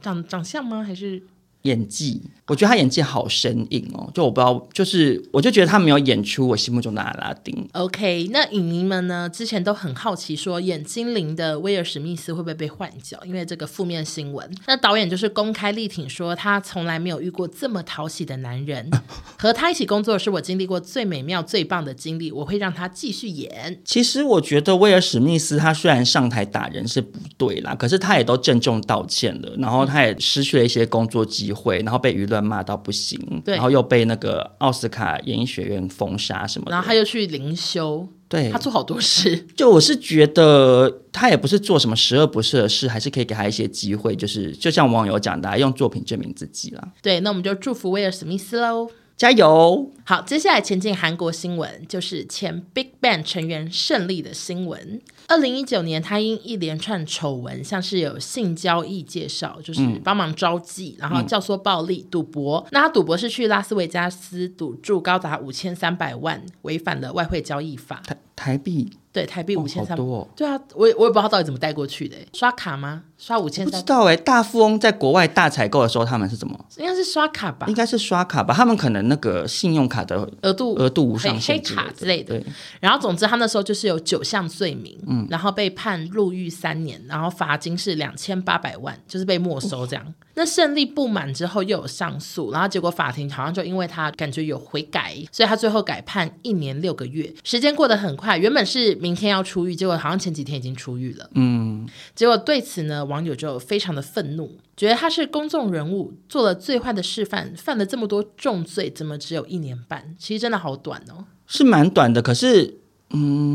S1: 长长相吗？还是
S3: 演技，我觉得他演技好生硬哦，就我不知道，就是我就觉得他没有演出我心目中的阿拉丁。
S1: OK，那影迷们呢，之前都很好奇说演精灵的威尔史密斯会不会被换角，因为这个负面新闻。那导演就是公开力挺说，他从来没有遇过这么讨喜的男人。和他一起工作是我经历过最美妙、最棒的经历，我会让他继续演。
S3: 其实我觉得威尔史密斯他虽然上台打人是不对啦，可是他也都郑重道歉了，然后他也失去了一些工作机会，然后被舆论骂到不行，
S1: 对
S3: 然后又被那个奥斯卡演艺学院封杀什么的。
S1: 然后他又去灵修，
S3: 对
S1: 他，做好多事。
S3: 就我是觉得他也不是做什么十恶不赦的事，还是可以给他一些机会，就是就像网友讲的啊、用作品证明自己啦，
S1: 对，那我们就祝福威尔史密斯喽。
S3: 加油！
S1: 好，接下来前进韩国新闻，就是前 Big Bang 成员胜利的新闻。二零一九年，他因一连串丑闻，像是有性交易介绍，就是
S3: 嗯
S1: 帮忙招妓，然后教唆暴力、赌博。那他赌博是去拉斯维加斯赌注高达五千三百万，违反了外汇交易法，
S3: 台台币
S1: 对，台币
S3: 哦
S1: 五千
S3: 好
S1: 三。
S3: 多、哦。
S1: 对啊，我也我也不知道他到底怎么带过去的，欸刷卡吗？刷五千
S3: 不知
S1: 三，
S3: 道哎、大富翁在国外大采购的时候，他们是怎么？
S1: 应该是刷卡吧
S3: 应？该是刷卡吧？他们可能那个信用卡的
S1: 额度
S3: 额度无上
S1: 黑
S3: 限
S1: 黑卡之类的
S3: 对，嗯
S1: 然后总之他那时候就是有九项罪名，然后被判入狱三年，然后罚金是两千八百万，就是被没收这样。那胜利不满之后又有上诉，然后结果法庭好像就因为他感觉有悔改，所以他最后改判一年六个月。时间过得很快，原本是明天要出狱，结果好像前几天已经出狱了。
S3: 嗯，
S1: 结果对此呢，网友就非常的愤怒，觉得他是公众人物，做了最坏的示范，犯了这么多重罪，怎么只有一年半？其实真的好短哦。
S3: 是蛮短的。可是，嗯，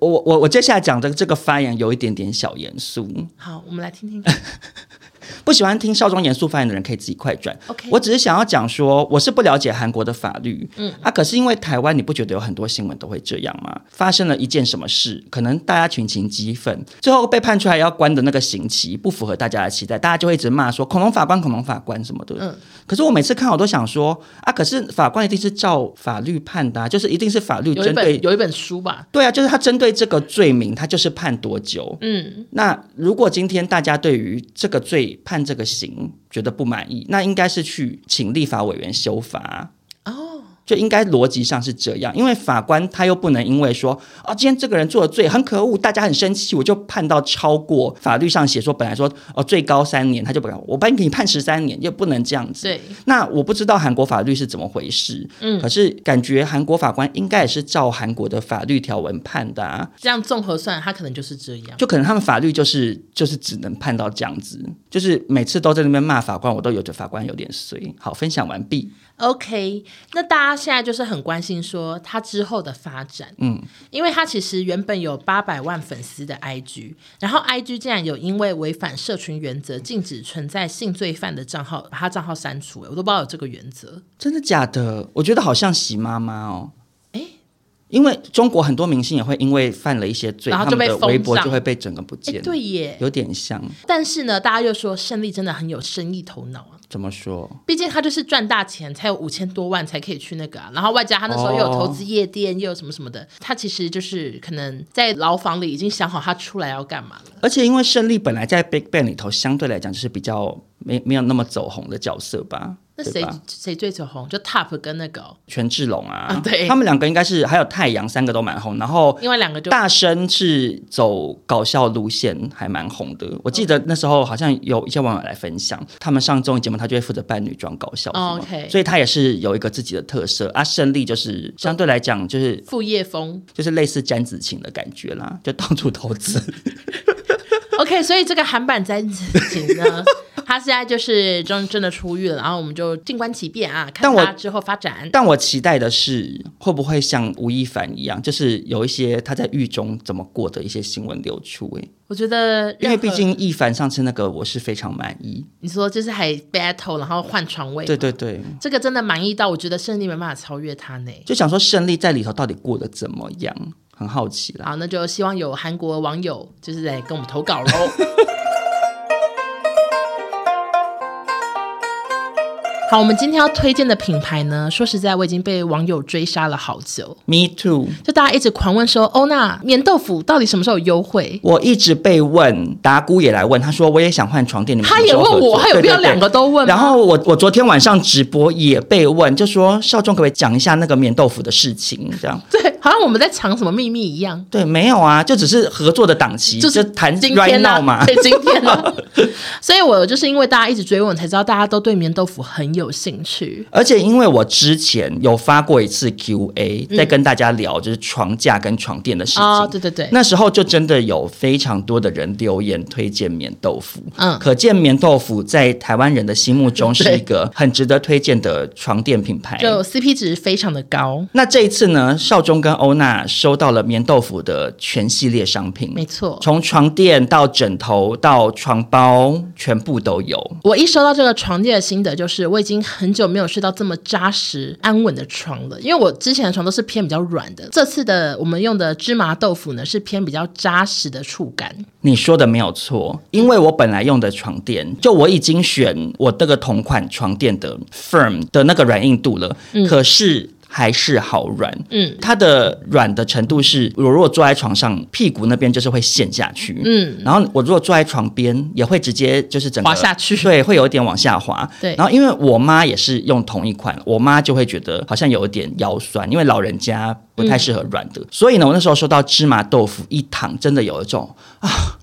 S3: 我我我接下来讲的这个发言有一点点小严肃，
S1: 好，我们来听听 看。
S3: 不喜欢听少中严肃发言的人可以自己快转。
S1: OK，
S3: 我只是想要讲说，我是不了解韩国的法律，嗯啊，可是因为台湾，你不觉得有很多新闻都会这样吗？发生了一件什么事，可能大家群情激愤，最后被判出来要关的那个刑期不符合大家的期待，大家就会一直骂说恐龙法官、恐龙法官什么的。
S1: 嗯
S3: 可是我每次看，我都想说啊，可是法官一定是照法律判的、啊，就是一定是法律
S1: 有一
S3: 针
S1: 本
S3: 对。
S1: 有一本书吧，
S3: 对啊，就是他针对这个罪名，他就是判多久。
S1: 嗯，
S3: 那如果今天大家对于这个罪判这个刑觉得不满意，那应该是去请立法委员修法。
S1: 哦，
S3: 就应该逻辑上是这样，因为法官他又不能因为说哦，今天这个人做的罪很可恶，大家很生气，我就判到超过法律上写说本来说哦最高三年，他就不敢，我把你给你判十三年，又不能这样子。
S1: 对，
S3: 那我不知道韩国法律是怎么回事，
S1: 嗯
S3: 可是感觉韩国法官应该也是照韩国的法律条文判的啊，
S1: 这样综合算，他可能就是这样。
S3: 就可能他们法律就是就是只能判到这样子，就是每次都在那边骂法官，我都有觉得法官有点衰。好，分享完毕。
S1: OK，那大家现在就是很关心说他之后的发展，
S3: 嗯，
S1: 因为他其实原本有八百万粉丝的 IG，然后 IG 竟然有因为违反社群原则禁止存在性罪犯的账号，把他账号删除、欸我都不知道有这个原则。
S3: 真的假的？我觉得好像喜妈妈哦。
S1: 诶
S3: 因为中国很多明星也会因为犯了一些罪，
S1: 然后
S3: 他
S1: 就
S3: 们
S1: 被
S3: 的
S1: 封
S3: 微博
S1: 账
S3: 就会被整个不
S1: 哎、
S3: 见，
S1: 对耶。
S3: 有点像。
S1: 但是呢，大家又说胜利真的很有生意头脑啊，
S3: 怎么说？
S1: 毕竟他就是赚大钱，才有五千多万才可以去那个啊。然后外加他那时候又有投资夜店，又有什么什么的，他其实就是可能在牢房里已经想好他出来要干嘛了。
S3: 而且因为胜利本来在 Big Bang 里头相对来讲就是比较没没有那么走红的角色吧，
S1: 那
S3: 对
S1: 谁
S3: 吧？
S1: 谁最走红？就 Top 跟那个哦、
S3: 权志龙啊，
S1: 啊对
S3: 他们两个应该是还有太阳三个都蛮红，然后
S1: 另外两个就
S3: 大生是走搞笑路线，还蛮红的。我记得那时候好像有一些网友来分享，他们上综艺节目，他就会负责扮女装搞笑什么、
S1: 哦，OK
S3: 所以他也是有一个自己的特色。啊，胜利就是相对来讲，就是
S1: 副业风。
S3: 就是类似詹子晴的感觉啦，就到处投资。
S1: 嗯 OK，所以这个韩版詹子晴 呢，他现在就是真真的出狱了，然后我们就静观其变啊，看
S3: 但我
S1: 他之后发展。
S3: 但我期待的是，会不会像吴亦凡一样，就是有一些他在狱中怎么过的一些新闻流出、欸？
S1: 我觉得，
S3: 因为毕竟亦凡上次那个，我是非常满意。
S1: 你说就是还 battle，然后换床位，
S3: 对对对。
S1: 这个真的满意到我觉得胜利没办法超越他呢。
S3: 就想说胜利在里头到底过得怎么样，很好奇啦。
S1: 好，那就希望有韩国网友就是来跟我们投稿喽。好，我们今天要推荐的品牌呢，说实在，我已经被网友追杀了好久。
S3: Me too，
S1: 就大家一直狂问说，欧娜棉豆腐到底什么时候有优惠？
S3: 我一直被问，达姑也来问，她说我也想换床嗯垫，你们
S1: 他也
S3: 什么时候
S1: 问我，
S3: 合作
S1: 他有必要
S3: 对对对
S1: 两个都问吗？
S3: 然后我我昨天晚上直播也被问，就说少中可不可以讲一下那个棉豆腐的事情？这样
S1: 对，好像我们在藏什么秘密一样。
S3: 对，没有啊，就只是合作的档期，
S1: 就是
S3: 谈
S1: 今
S3: right
S1: 天呢、
S3: now 嘛。
S1: 对，今天呢、所以我就是因为大家一直追问，我才知道大家都对棉豆腐很有兴趣。
S3: 而且因为我之前有发过一次
S1: 嗯
S3: Q&A，在跟大家聊就是床架跟床垫的事情。
S1: 哦，对对对，
S3: 那时候就真的有非常多的人留言推荐棉豆腐，
S1: 嗯
S3: 可见棉豆腐在台湾人的心目中是一个很值得推荐的床垫品牌。嗯
S1: 就 CP 值非常的高，
S3: 那这一次呢，少中跟欧娜收到了棉豆腐的全系列商
S1: 没
S3: 品，
S1: 错。
S3: 从床垫到枕头到床包，全部都有。
S1: 我一收到这个床垫的心得，就是我已经很久没有睡到这么扎实、安稳的床了。因为我之前的床都是偏比较软的，这次的我们用的芝麻豆腐呢是偏比较扎实的触感。
S3: 你说的没有错，因为我本来用的床垫，就我已经选我那个同款床垫的 firm 的那个软硬度了，可是还是好软。
S1: 嗯，
S3: 它的软的程度是，我如果坐在床上，屁股那边就是会陷下去。
S1: 嗯，
S3: 然后我如果坐在床边，也会直接就是整个
S1: 滑下去
S3: 对，会有一点往下滑。
S1: 对
S3: 然后因为我妈也是用同一款，我妈就会觉得好像有一点腰酸，因为老人家不
S1: 嗯
S3: 太适合软的，所以呢，我那时候收到芝麻豆腐一躺，真的有一种啊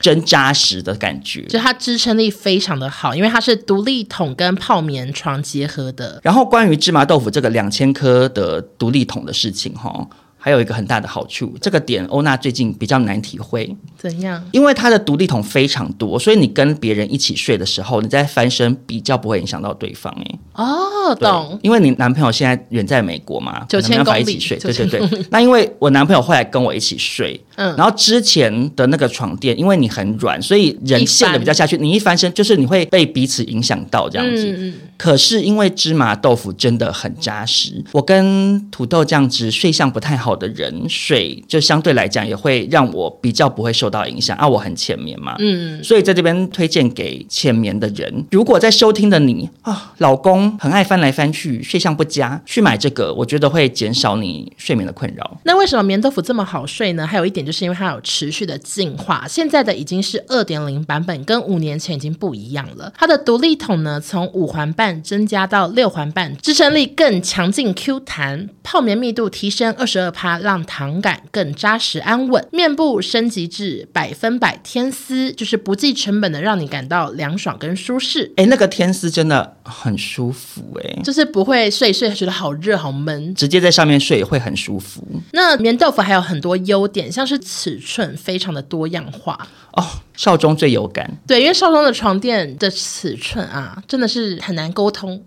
S3: 真扎实的感觉。
S1: 就它支撑力非常的好，因为它是独立筒跟泡棉床结合的。
S3: 然后关于芝麻豆腐这个两千颗的独立桶的事情，哈。还有一个很大的好处，这个点欧娜最近比较难体会，
S1: 怎样？
S3: 因为它的独立桶非常多，所以你跟别人一起睡的时候，你在翻身比较不会影响到对方、欸。
S1: 哦，
S3: 对
S1: 懂。
S3: 因为你男朋友现在远在美国嘛，
S1: 9000
S3: 可能没办法一
S1: 公
S3: 起
S1: 里
S3: 睡。对对
S1: 9000
S3: 对。 那因为我男朋友后来跟我一起睡，
S1: 嗯
S3: 然后之前的那个床垫，因为你很软，所以人
S1: 一
S3: 陷的
S1: 翻
S3: 比较下去，你一翻身就是你会被彼此影响到这样子。
S1: 嗯嗯，
S3: 可是因为芝麻豆腐真的很扎实，我跟土豆酱汁睡相不太好好的人，水就相对来讲也会让我比较不会受到影响啊。我很浅眠嘛，
S1: 嗯，
S3: 所以在这边推荐给浅眠的人。如果在收听的你啊，老公很爱翻来翻去，睡相不佳，去买这个，我觉得会减少你睡眠的困扰。
S1: 那为什么棉豆腐这么好睡呢？还有一点就是因为它有持续的进化，现在的已经是二点零版本，跟五年前已经不一样了。它的独立筒呢，从五环半增加到六环半，支撑力更强劲 Q 弹，泡棉密度提升二十二趴，让躺感更扎实安稳。面部升级至百分百天丝，就是不计成本的让你感到凉爽跟舒适，
S3: 哎，那个天丝真的很舒服哎、
S1: 就是不会睡一睡觉觉得好热好闷。
S3: 直接在上面睡也会很舒服
S1: 那棉豆腐还有很多优点，像是尺寸非常的多样化。
S3: 哦。少中最有感，
S1: 对，因为少中的床垫的尺寸啊，真的是很难沟 通。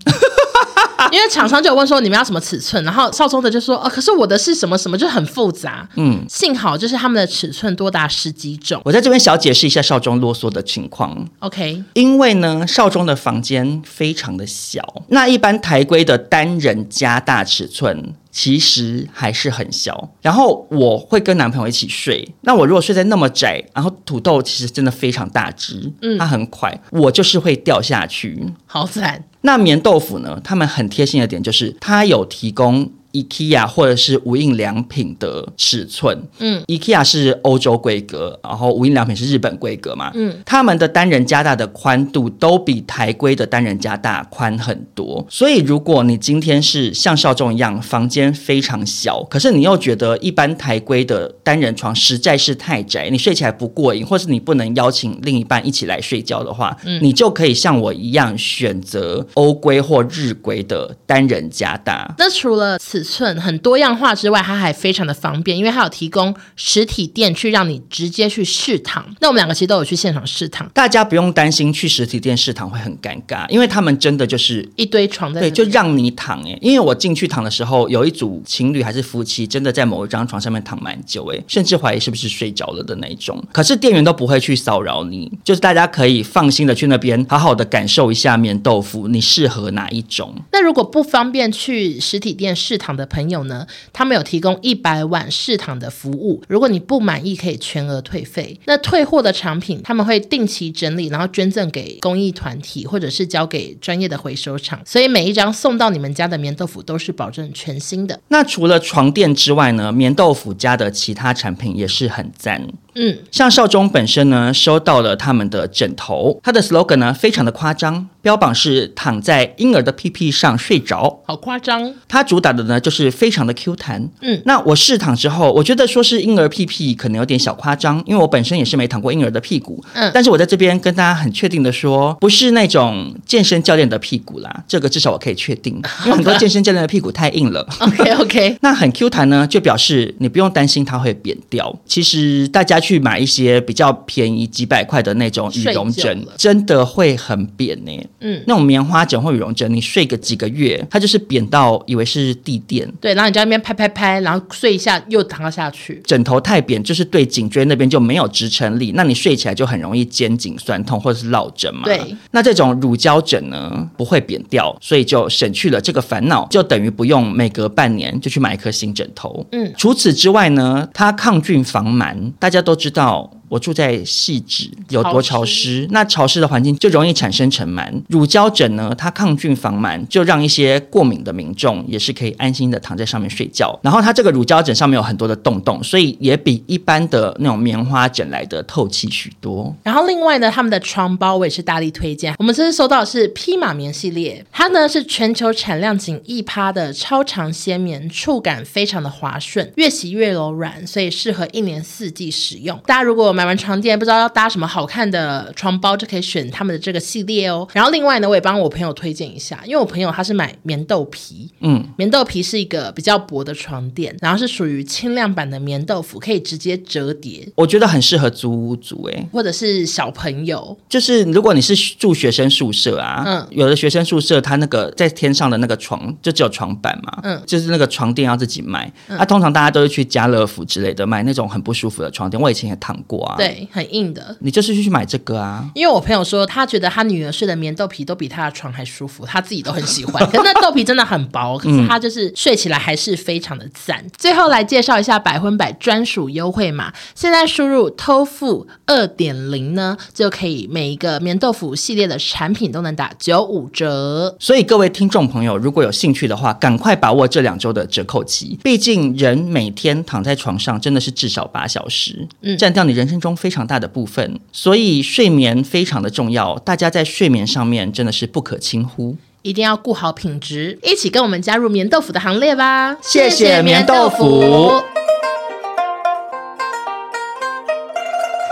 S1: 因为厂商就有问说你们要什么尺寸，然后少中的就说哦，可是我的是什么什么，就很复杂。
S3: 嗯，
S1: 幸好就是他们的尺寸多达十几种。
S3: 我在这边小解释一下少中啰嗦的情况。
S1: OK，
S3: 因为呢，少中的房间非常的小，那一般台规的单人加大尺寸其实还是很小。然后我会跟男朋友一起睡，那我如果睡在那么窄，然后土豆其实真的非常大只，嗯，它很快，我就是会掉下去。
S1: 好惨，
S3: 那棉豆腐呢，他们很贴心的点就是，它有提供 IKEA 或者是无印良品的尺寸。
S1: 嗯
S3: ，IKEA 是欧洲规格，然后无印良品是日本规格嘛。
S1: 嗯，
S3: 他们的单人加大的宽度都比台规的单人加大宽很多。所以，如果你今天是像少仲一样，房间非常小，可是你又觉得一般台规的单人床实在是太窄，你睡起来不过瘾，或是你不能邀请另一半一起来睡觉的话，你就可以像我一样选择欧规或日规的单人加大。
S1: 那除了尺寸很多样化之外，它还非常的方便，因为它有提供实体店去让你直接去试躺。那我们两个其实都有去现场试躺，
S3: 大家不用担心去实体店试躺会很尴尬，因为他们真的就是
S1: 一堆床在那
S3: 对，
S1: 边
S3: 就让你躺哎、因为我进去躺的时候，有一组情侣还是夫妻，真的在某一张床上面躺蛮久哎、甚至怀疑是不是睡着了的那一种。可是店员都不会去骚扰你，就是大家可以放心的去那边，好好的感受一下棉豆腐，你适合哪一种？
S1: 那如果不方便去实体店试躺的朋友呢，他们有提供一百晚试躺的服务，如果你不满意，可以全额退费。那退货的产品他们会定期整理，然后捐赠给公益团体，或者是交给专业的回收厂。所以每一张送到你们家的棉豆腐都是保证全新的。
S3: 那除了床垫之外呢，棉豆腐家的其他产品也是很赞。
S1: 嗯，
S3: 像少中本身呢，收到了他们的枕头，它的 slogan 呢非常的夸张，标榜是躺在婴儿的屁屁上睡着。
S1: 好夸 张，
S3: 它主打的呢就是非常的 Q 弹，
S1: 嗯
S3: 那我试躺之后，我觉得说是婴儿屁屁可能有点小夸张，因为我本身也是没躺过婴儿的屁股，
S1: 嗯
S3: 但是我在这边跟大家很确定的说，不是那种健身教练的屁股啦，这个至少我可以确定，因为很多健身教练的屁股太硬了。
S1: ，OK OK，
S3: 那很 Q 弹呢，就表示你不用担心它会扁掉。其实大家去买一些比较便宜几百块的那种羽绒
S1: 睡
S3: 枕
S1: 久了，
S3: 真的会很扁呢、
S1: 嗯，
S3: 那种棉花枕或羽绒枕，你睡个几个月，它就是扁到以为是地垫。
S1: 对，然后你就在那边拍拍拍，然后睡一下又躺下去。
S3: 枕头太扁，就是对颈椎那边就没有支撑力，那你睡起来就很容易肩颈酸痛或者是落枕嘛。
S1: 对，
S3: 那这种乳胶枕呢不会扁掉，所以就省去了这个烦恼，就等于不用每隔半年就去买一颗新枕头。
S1: 嗯，
S3: 除此之外呢，它抗菌防螨，大家都知道。我住在细致有多潮
S1: 潮
S3: 湿，那潮湿的环境就容易产生尘螨。乳胶枕呢，它抗菌防螨，就让一些过敏的民众也是可以安心的躺在上面睡觉。然后它这个乳胶枕上面有很多的洞洞，所以也比一般的那种棉花枕来的透气许多。
S1: 然后另外呢，他们的床包我也是大力推荐。我们这次收到的是匹马棉系列，它呢是全球产量仅一趴的超长纤棉，触感非常的滑顺，越洗越柔软，所以适合一年四季使用。大家如果买完床垫不知道要搭什么好看的床包，就可以选他们的这个系列哦。然后另外呢，我也帮我朋友推荐一下，因为我朋友他是买棉豆皮，
S3: 嗯，
S1: 棉豆皮是一个比较薄的床垫，然后是属于轻量版的棉豆腐，可以直接折叠。
S3: 我觉得很适合租屋族、欸，
S1: 或者是小朋友，
S3: 就是如果你是住学生宿舍啊，
S1: 嗯
S3: 有的学生宿舍它那个在天上的那个床就只有床板嘛，
S1: 嗯
S3: 就是那个床啊垫要自己买。那、通常大家都是去家乐福之类的买那种很不舒服的床垫，我以前也躺过啊。，
S1: 对，很硬的。
S3: 你就是去买这个啊。
S1: 因为我朋友说，他觉得他女儿睡的棉豆皮都比他的床还舒服，他自己都很喜 欢。可是那豆皮真的很
S3: 嗯
S1: 薄，可是他就是睡起来还是非常的赞。最后来介绍一下百分百专属优惠码，现在输入偷付二点零呢，就可以每一个棉豆腐系列的产品都能打九五折。
S3: 所以各位听众朋友，如果有兴趣的话，赶快把握这两周的折扣期。毕竟人每天躺在床上真的是至少八小时，
S1: 嗯
S3: 占掉你人生中非常大的部分，所以睡眠非常的重要。大家在睡眠上面真的是不可轻忽。
S1: 一定要顾好品质，一起跟我们加入棉豆腐的行列吧！
S3: 谢谢棉豆腐。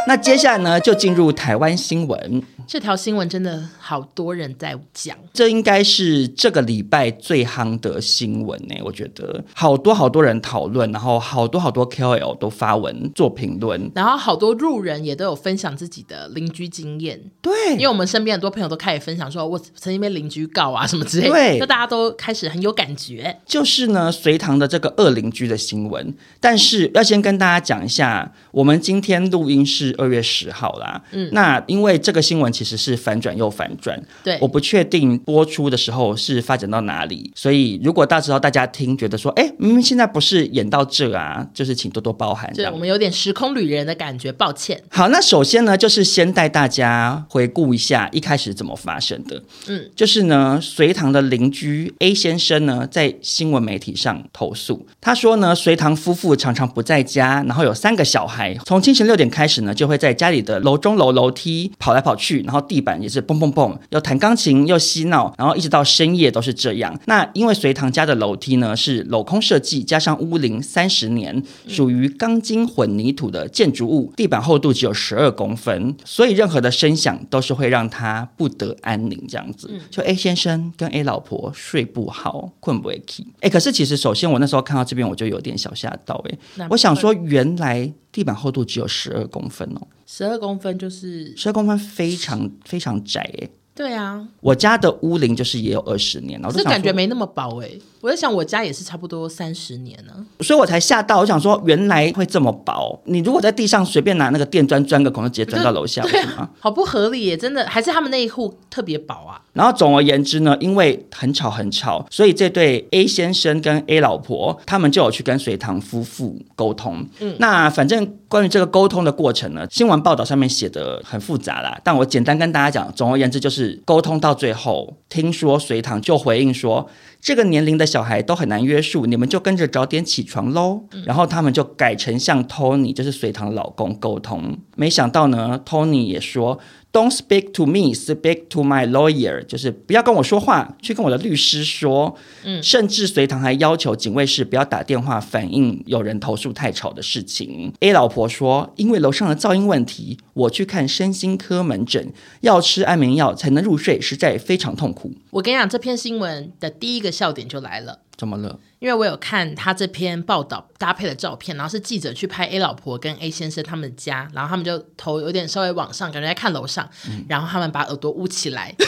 S3: 那接下来呢，就进入台湾新闻，
S1: 这条新闻真的好多人在讲，
S3: 这应该是这个礼拜最夯的新闻呢、我觉得好多好多人讨论，然后好多好多 KOL 都发文做评论。
S1: 然后好多路人也都有分享自己的邻居经验，
S3: 对
S1: 因为我们身边很多朋友都开始分享说，我曾经被邻居告啊什么之类
S3: 对
S1: 的，就大家都开始很有感觉。
S3: 就是呢，隋唐的这个恶邻居的新闻。但是要先跟大家讲一下，我们今天录音是二月十号啦。嗯，那因为这个新闻其实是反转又反转，
S1: 对
S3: 我不确定播出的时候是发展到哪里，所以如果到时候大家听觉得说，哎，明明现在不是演到这啊，就是请多多包涵这
S1: 对
S3: 样
S1: 我。们有点时空旅人的感觉，抱歉。
S3: 好，那首先呢，就是先带大家回顾一下一开始怎么发生的。
S1: 嗯，
S3: 就是呢，隋唐的邻居 A 先生呢，在新闻媒体上投诉，他说呢，隋唐夫妇常常不在家，然后有三个小孩，从清晨六点开始呢，就会在家里的楼中楼楼梯跑来跑去，然后地板也是蹦蹦蹦，又弹钢琴又嬉闹，然后一直到深夜都是这样。那因为隋唐家的楼梯呢是镂空设计，加上屋龄三十年，
S1: 嗯
S3: 属于钢筋混凝土的建筑物，地板厚度只有十二公分，所以任何的声响都是会让他不得安宁这样子。
S1: 嗯
S3: 就 A 先生跟 A 老婆睡不好，困不会起。哎，可是其实首先我那时候看到这边我就有点小吓到哎、
S1: 那
S3: 我想说原来地板厚度只有十二公分哦，
S1: 十二公分就是
S3: 十二公分非常非常窄哎、
S1: 对啊，
S3: 我家的屋龄就是也有二十年了，我
S1: 可
S3: 就是想
S1: 感觉
S3: 说，
S1: 没那么薄哎、我在想，我家也是差不多三十年呢、
S3: 所以我才吓到。我想说，原来会这么薄。你如果在地上随便拿那个电钻钻个孔，就直接钻到楼下，不
S1: 对
S3: 是吗
S1: 啊？，好不合理耶、真的。还是他们那一户特别薄啊？
S3: 然后总而言之呢，因为很吵很吵，所以这对 A 先生跟 A 老婆他们就有去跟隋唐夫妇沟通。嗯，那反正关于这个沟通的过程呢，新闻报道上面写的很复杂啦，但我简单跟大家讲，总而言之就是沟通到最后，听说隋唐就回应说。这个年龄的小孩都很难约束，你们就跟着早点起床喽。然后他们就改成向 Tony，就是隋唐老公沟通。没想到呢，Tony 也说，Don't speak to me, speak to my lawyer，就是不要跟我说话，去跟我的律师说。嗯，甚至隋唐还要求警卫室不要打电话反映有人投诉太吵的事情。A 老婆说，因为楼上的噪音问题，我去看身心科门诊，要吃安眠药才能入睡，实在非常痛苦。
S1: 我跟你讲，这篇新闻的第一个笑点就来了。
S3: 怎么了？
S1: 因为我有看他这篇报道搭配的照片，然后是记者去拍 A 老婆跟 A 先生他们家，然后他们就头有点稍微往上，感觉在看楼上，
S3: 嗯
S1: 然后他们把耳朵捂起来。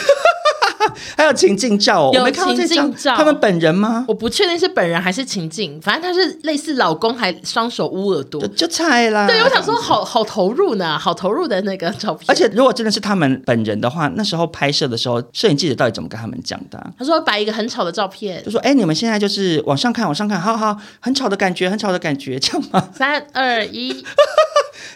S3: 还有情境照、哦，
S1: 有
S3: 我没看到这
S1: 情
S3: 张，
S1: 境照
S3: 他们本人吗？
S1: 我不确定是本人还是情境，反正他是类似老公还双手捂耳朵
S3: 就。就菜啦。
S1: 对，我想说好好投入呢，好投入的那个照片。
S3: 而且如果真的是他们本人的话，那时候拍摄的时候，摄影记者到底怎么跟他们讲的啊、
S1: 他说摆一个很吵的照片
S3: 就，说：“哎、你们现在就是往上看，往上看，好好，很吵的感觉，很吵的感觉，这样吗？
S1: 三二一，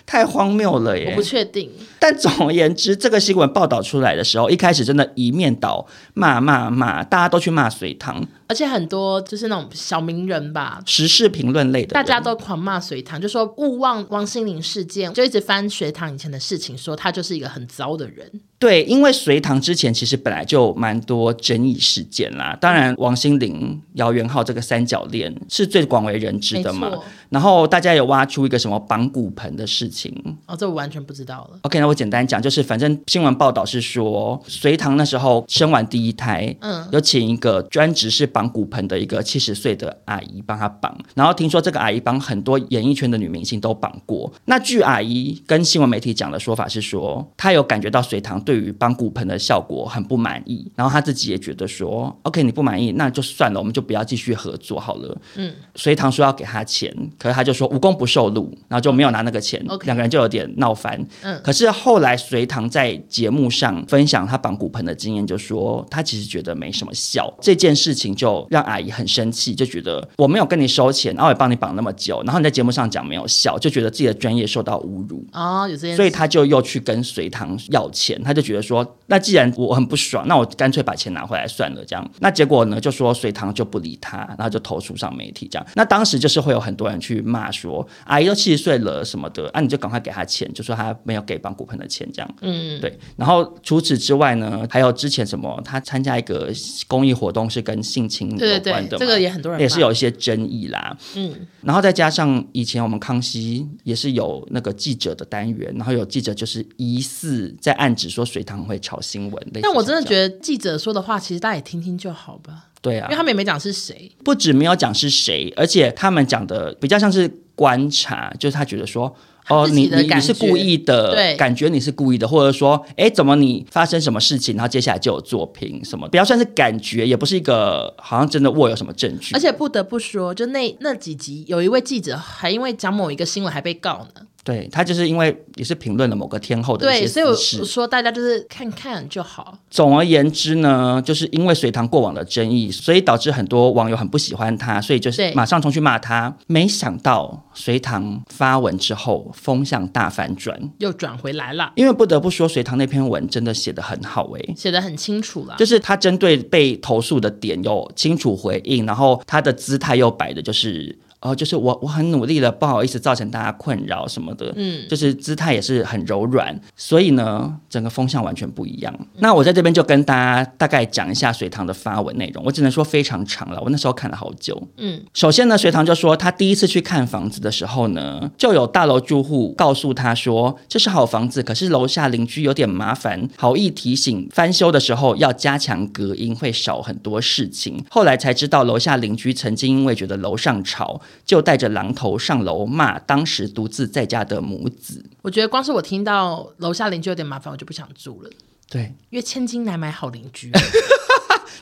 S3: 太荒谬了
S1: 我
S3: 耶
S1: 不！确 定。
S3: 但总而言之，这个新闻报道出来的时候，一开始真的一面倒骂骂骂，大家都去骂隋唐，
S1: 而且很多就是那种小名人吧，
S3: 时事评论类的
S1: 大
S3: 人，
S1: 家都狂骂隋唐，就说勿忘王心凌事件，就一直翻隋唐以前的事情，说他就是一个很糟的人。
S3: 对，因为隋唐之前其实本来就蛮多争议事件啦。当然，王心凌、姚元浩这个三角恋是最广为人知的嘛
S1: 没错。
S3: 然后大家有挖出一个什么绑骨盆的事情。
S1: 哦，这我完全不知道了。
S3: OK，那我简单讲，就是反正新闻报道是说，隋唐那时候生完第一胎，
S1: 嗯
S3: 有请一个专职是绑骨盆的一个七十岁的阿姨帮她绑，然后听说这个阿姨帮很多演艺圈的女明星都绑过。那据阿姨跟新闻媒体讲的说法是说，她有感觉到隋唐对于绑骨盆的效果很不满意，然后她自己也觉得说，OK 你不满意那就算了，我们就不要继续合作好了。嗯，隋唐说要给她钱，可是她就说无功不受禄，然后就没有拿那个钱
S1: OK
S3: 两个人就有点闹翻。
S1: 嗯
S3: 可是后来隋唐在节目上分享他绑骨盆的经验，就说他其实觉得没什么效，这件事情就让阿姨很生气，就觉得我没有跟你收钱，然后也帮你绑那么久，然后你在节目上讲没有效，就觉得自己的专业受到侮辱。
S1: 哦，有这件事，
S3: 所以他就又去跟隋唐要钱，他就觉得说，那既然我很不爽，那我干脆把钱拿回来算了，这样。那结果呢，就说隋唐就不理他，然后就投诉上媒体这样。那当时就是会有很多人去骂说，阿姨都七十岁了什么的，啊，你就赶快给他钱，就说他没有给帮骨盆的钱这样。
S1: 嗯，
S3: 对，然后除此之外呢，还有之前什么，他参加一个公益活动是跟性侵嗯有
S1: 对
S3: 关的
S1: 对对，
S3: 嘛
S1: 这个也很多人
S3: 也是
S1: 骂，
S3: 有一些争议啦。
S1: 嗯，
S3: 然后再加上以前我们康熙也是有那个记者的单元，然后有记者就是疑似在暗指说隋唐会炒新闻。类似
S1: 但我真的
S3: 像这
S1: 觉
S3: 样
S1: 得记者说的话，其实大家也听听就好吧，
S3: 对
S1: 因
S3: 啊
S1: 为，他们也没讲是谁，
S3: 不止没有讲是谁，而且他们讲的比较像是观察，就是他觉得说。哦，
S1: 自己
S3: 你
S1: 的
S3: 你你
S1: 感
S3: 是
S1: 觉
S3: 故意的，
S1: 对
S3: 感觉你是故意的，或者说，哎，怎么你发生什么事情，然后接下来就有作品什么，比较算是感觉，也不是一个好像真的握有什么证据，
S1: 而且不得不说，就那那几集，有一位记者还因为讲某一个新闻还被告呢，
S3: 对他就是因为也是评论了某个天后的
S1: 对，
S3: 一些
S1: 所以我
S3: 私事
S1: 我说大家就是看看就好，
S3: 总而言之呢，就是因为隋唐过往的争议，所以导致很多网友很不喜欢他，所以就是
S1: 对
S3: 马上冲去骂他。没想到隋唐发文之后，风向大反转。
S1: 又转回来了，
S3: 因为不得不说，隋唐那篇文真的写得很好欸诶、
S1: 写的很清楚了，
S3: 就是他针对被投诉的点有清楚回应，然后他的姿态又摆的就是，哦，就是我我很努力了，不好意思造成大家困扰什么的，嗯，就是姿态也是很柔软，所以呢，整个风向完全不一样。那我在这边就跟大家大概讲一下隋唐的发文内容，我只能说非常长了，我那时候看了好久，首先呢，隋唐就说他第一次去看房子的时候呢，就有大楼住户告诉他说这是好房子，可是楼下邻居有点麻烦，好意提醒翻修的时候要加强隔音，会少很多事情。后来才知道楼下邻居曾经因为觉得楼上吵，就带着榔头上楼骂当时独自在家的母子。
S1: 我觉得光是我听到楼下邻居有点麻烦，我就不想住了，
S3: 对，
S1: 因为千金难买好邻居，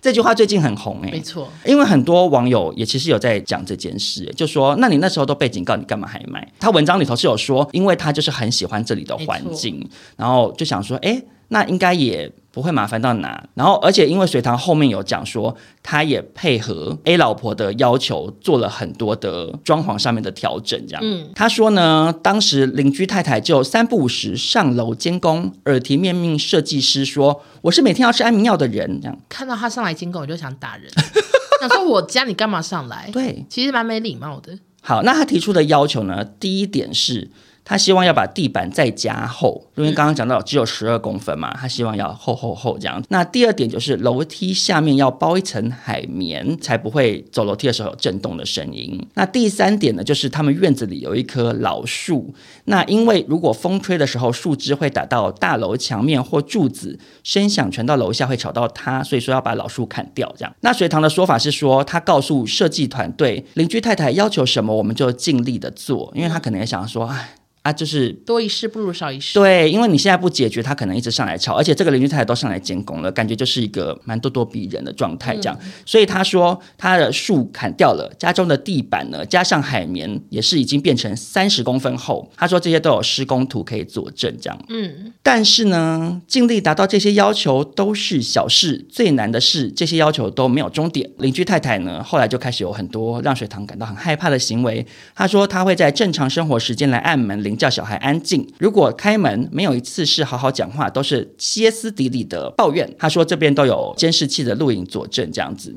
S3: 这句话最近很红诶、
S1: 没错，
S3: 因为很多网友也其实有在讲这件事，就说那你那时候都被警告，你干嘛还买？他文章里头是有说，因为他就是很喜欢这里的环境，然后就想说，哎，那应该也不会麻烦到哪。然后而且因为隋唐后面有讲说，他也配合 A 老婆的要求做了很多的装潢上面的调整，这样。
S1: 嗯
S3: 他说呢，当时邻居太太就三不五时上楼监工，耳提面命设计师说我是每天要吃安眠药的人，这样。
S1: 看到他上来监工，我就想打 人，想说我家你干嘛上来？
S3: 对，
S1: 其实蛮没礼貌的，
S3: 好，那他提出的要求呢？第一点是，他希望要把地板再加厚，因为刚刚讲到只有十二公分嘛，他希望要厚厚厚这样。那第二点就是楼梯下面要包一层海绵，才不会走楼梯的时候有震动的声音。那第三点呢，就是他们院子里有一棵老树，那因为如果风吹的时候，树枝会打到大楼墙面或柱子，声响传到楼下会吵到他，所以说要把老树砍掉。这样，那隋唐的说法是说，他告诉设计团队，邻居太太要求什么，我们就尽力的做，因为他可能也想说，哎啊，就是
S1: 多一事不如少一事。
S3: 对，因为你现在不解决，他可能一直上来吵，而且这个邻居太太都上来监工了，感觉就是一个蛮咄咄逼人的状态这样。所以他说他的树砍掉了，家中的地板呢，加上海绵也是已经变成三十公分厚。他说这些都有施工图可以佐证这样。
S1: 嗯，
S3: 但是呢，尽力达到这些要求都是小事，最难的是这些要求都没有终点。邻居太太呢，后来就开始有很多让水堂感到很害怕的行为。她说她会在正常生活时间来按门铃叫小孩安静，如果开门没有一次是好好讲话，都是歇斯底里的抱怨。她说这边都有监视器的录影佐证，这样子。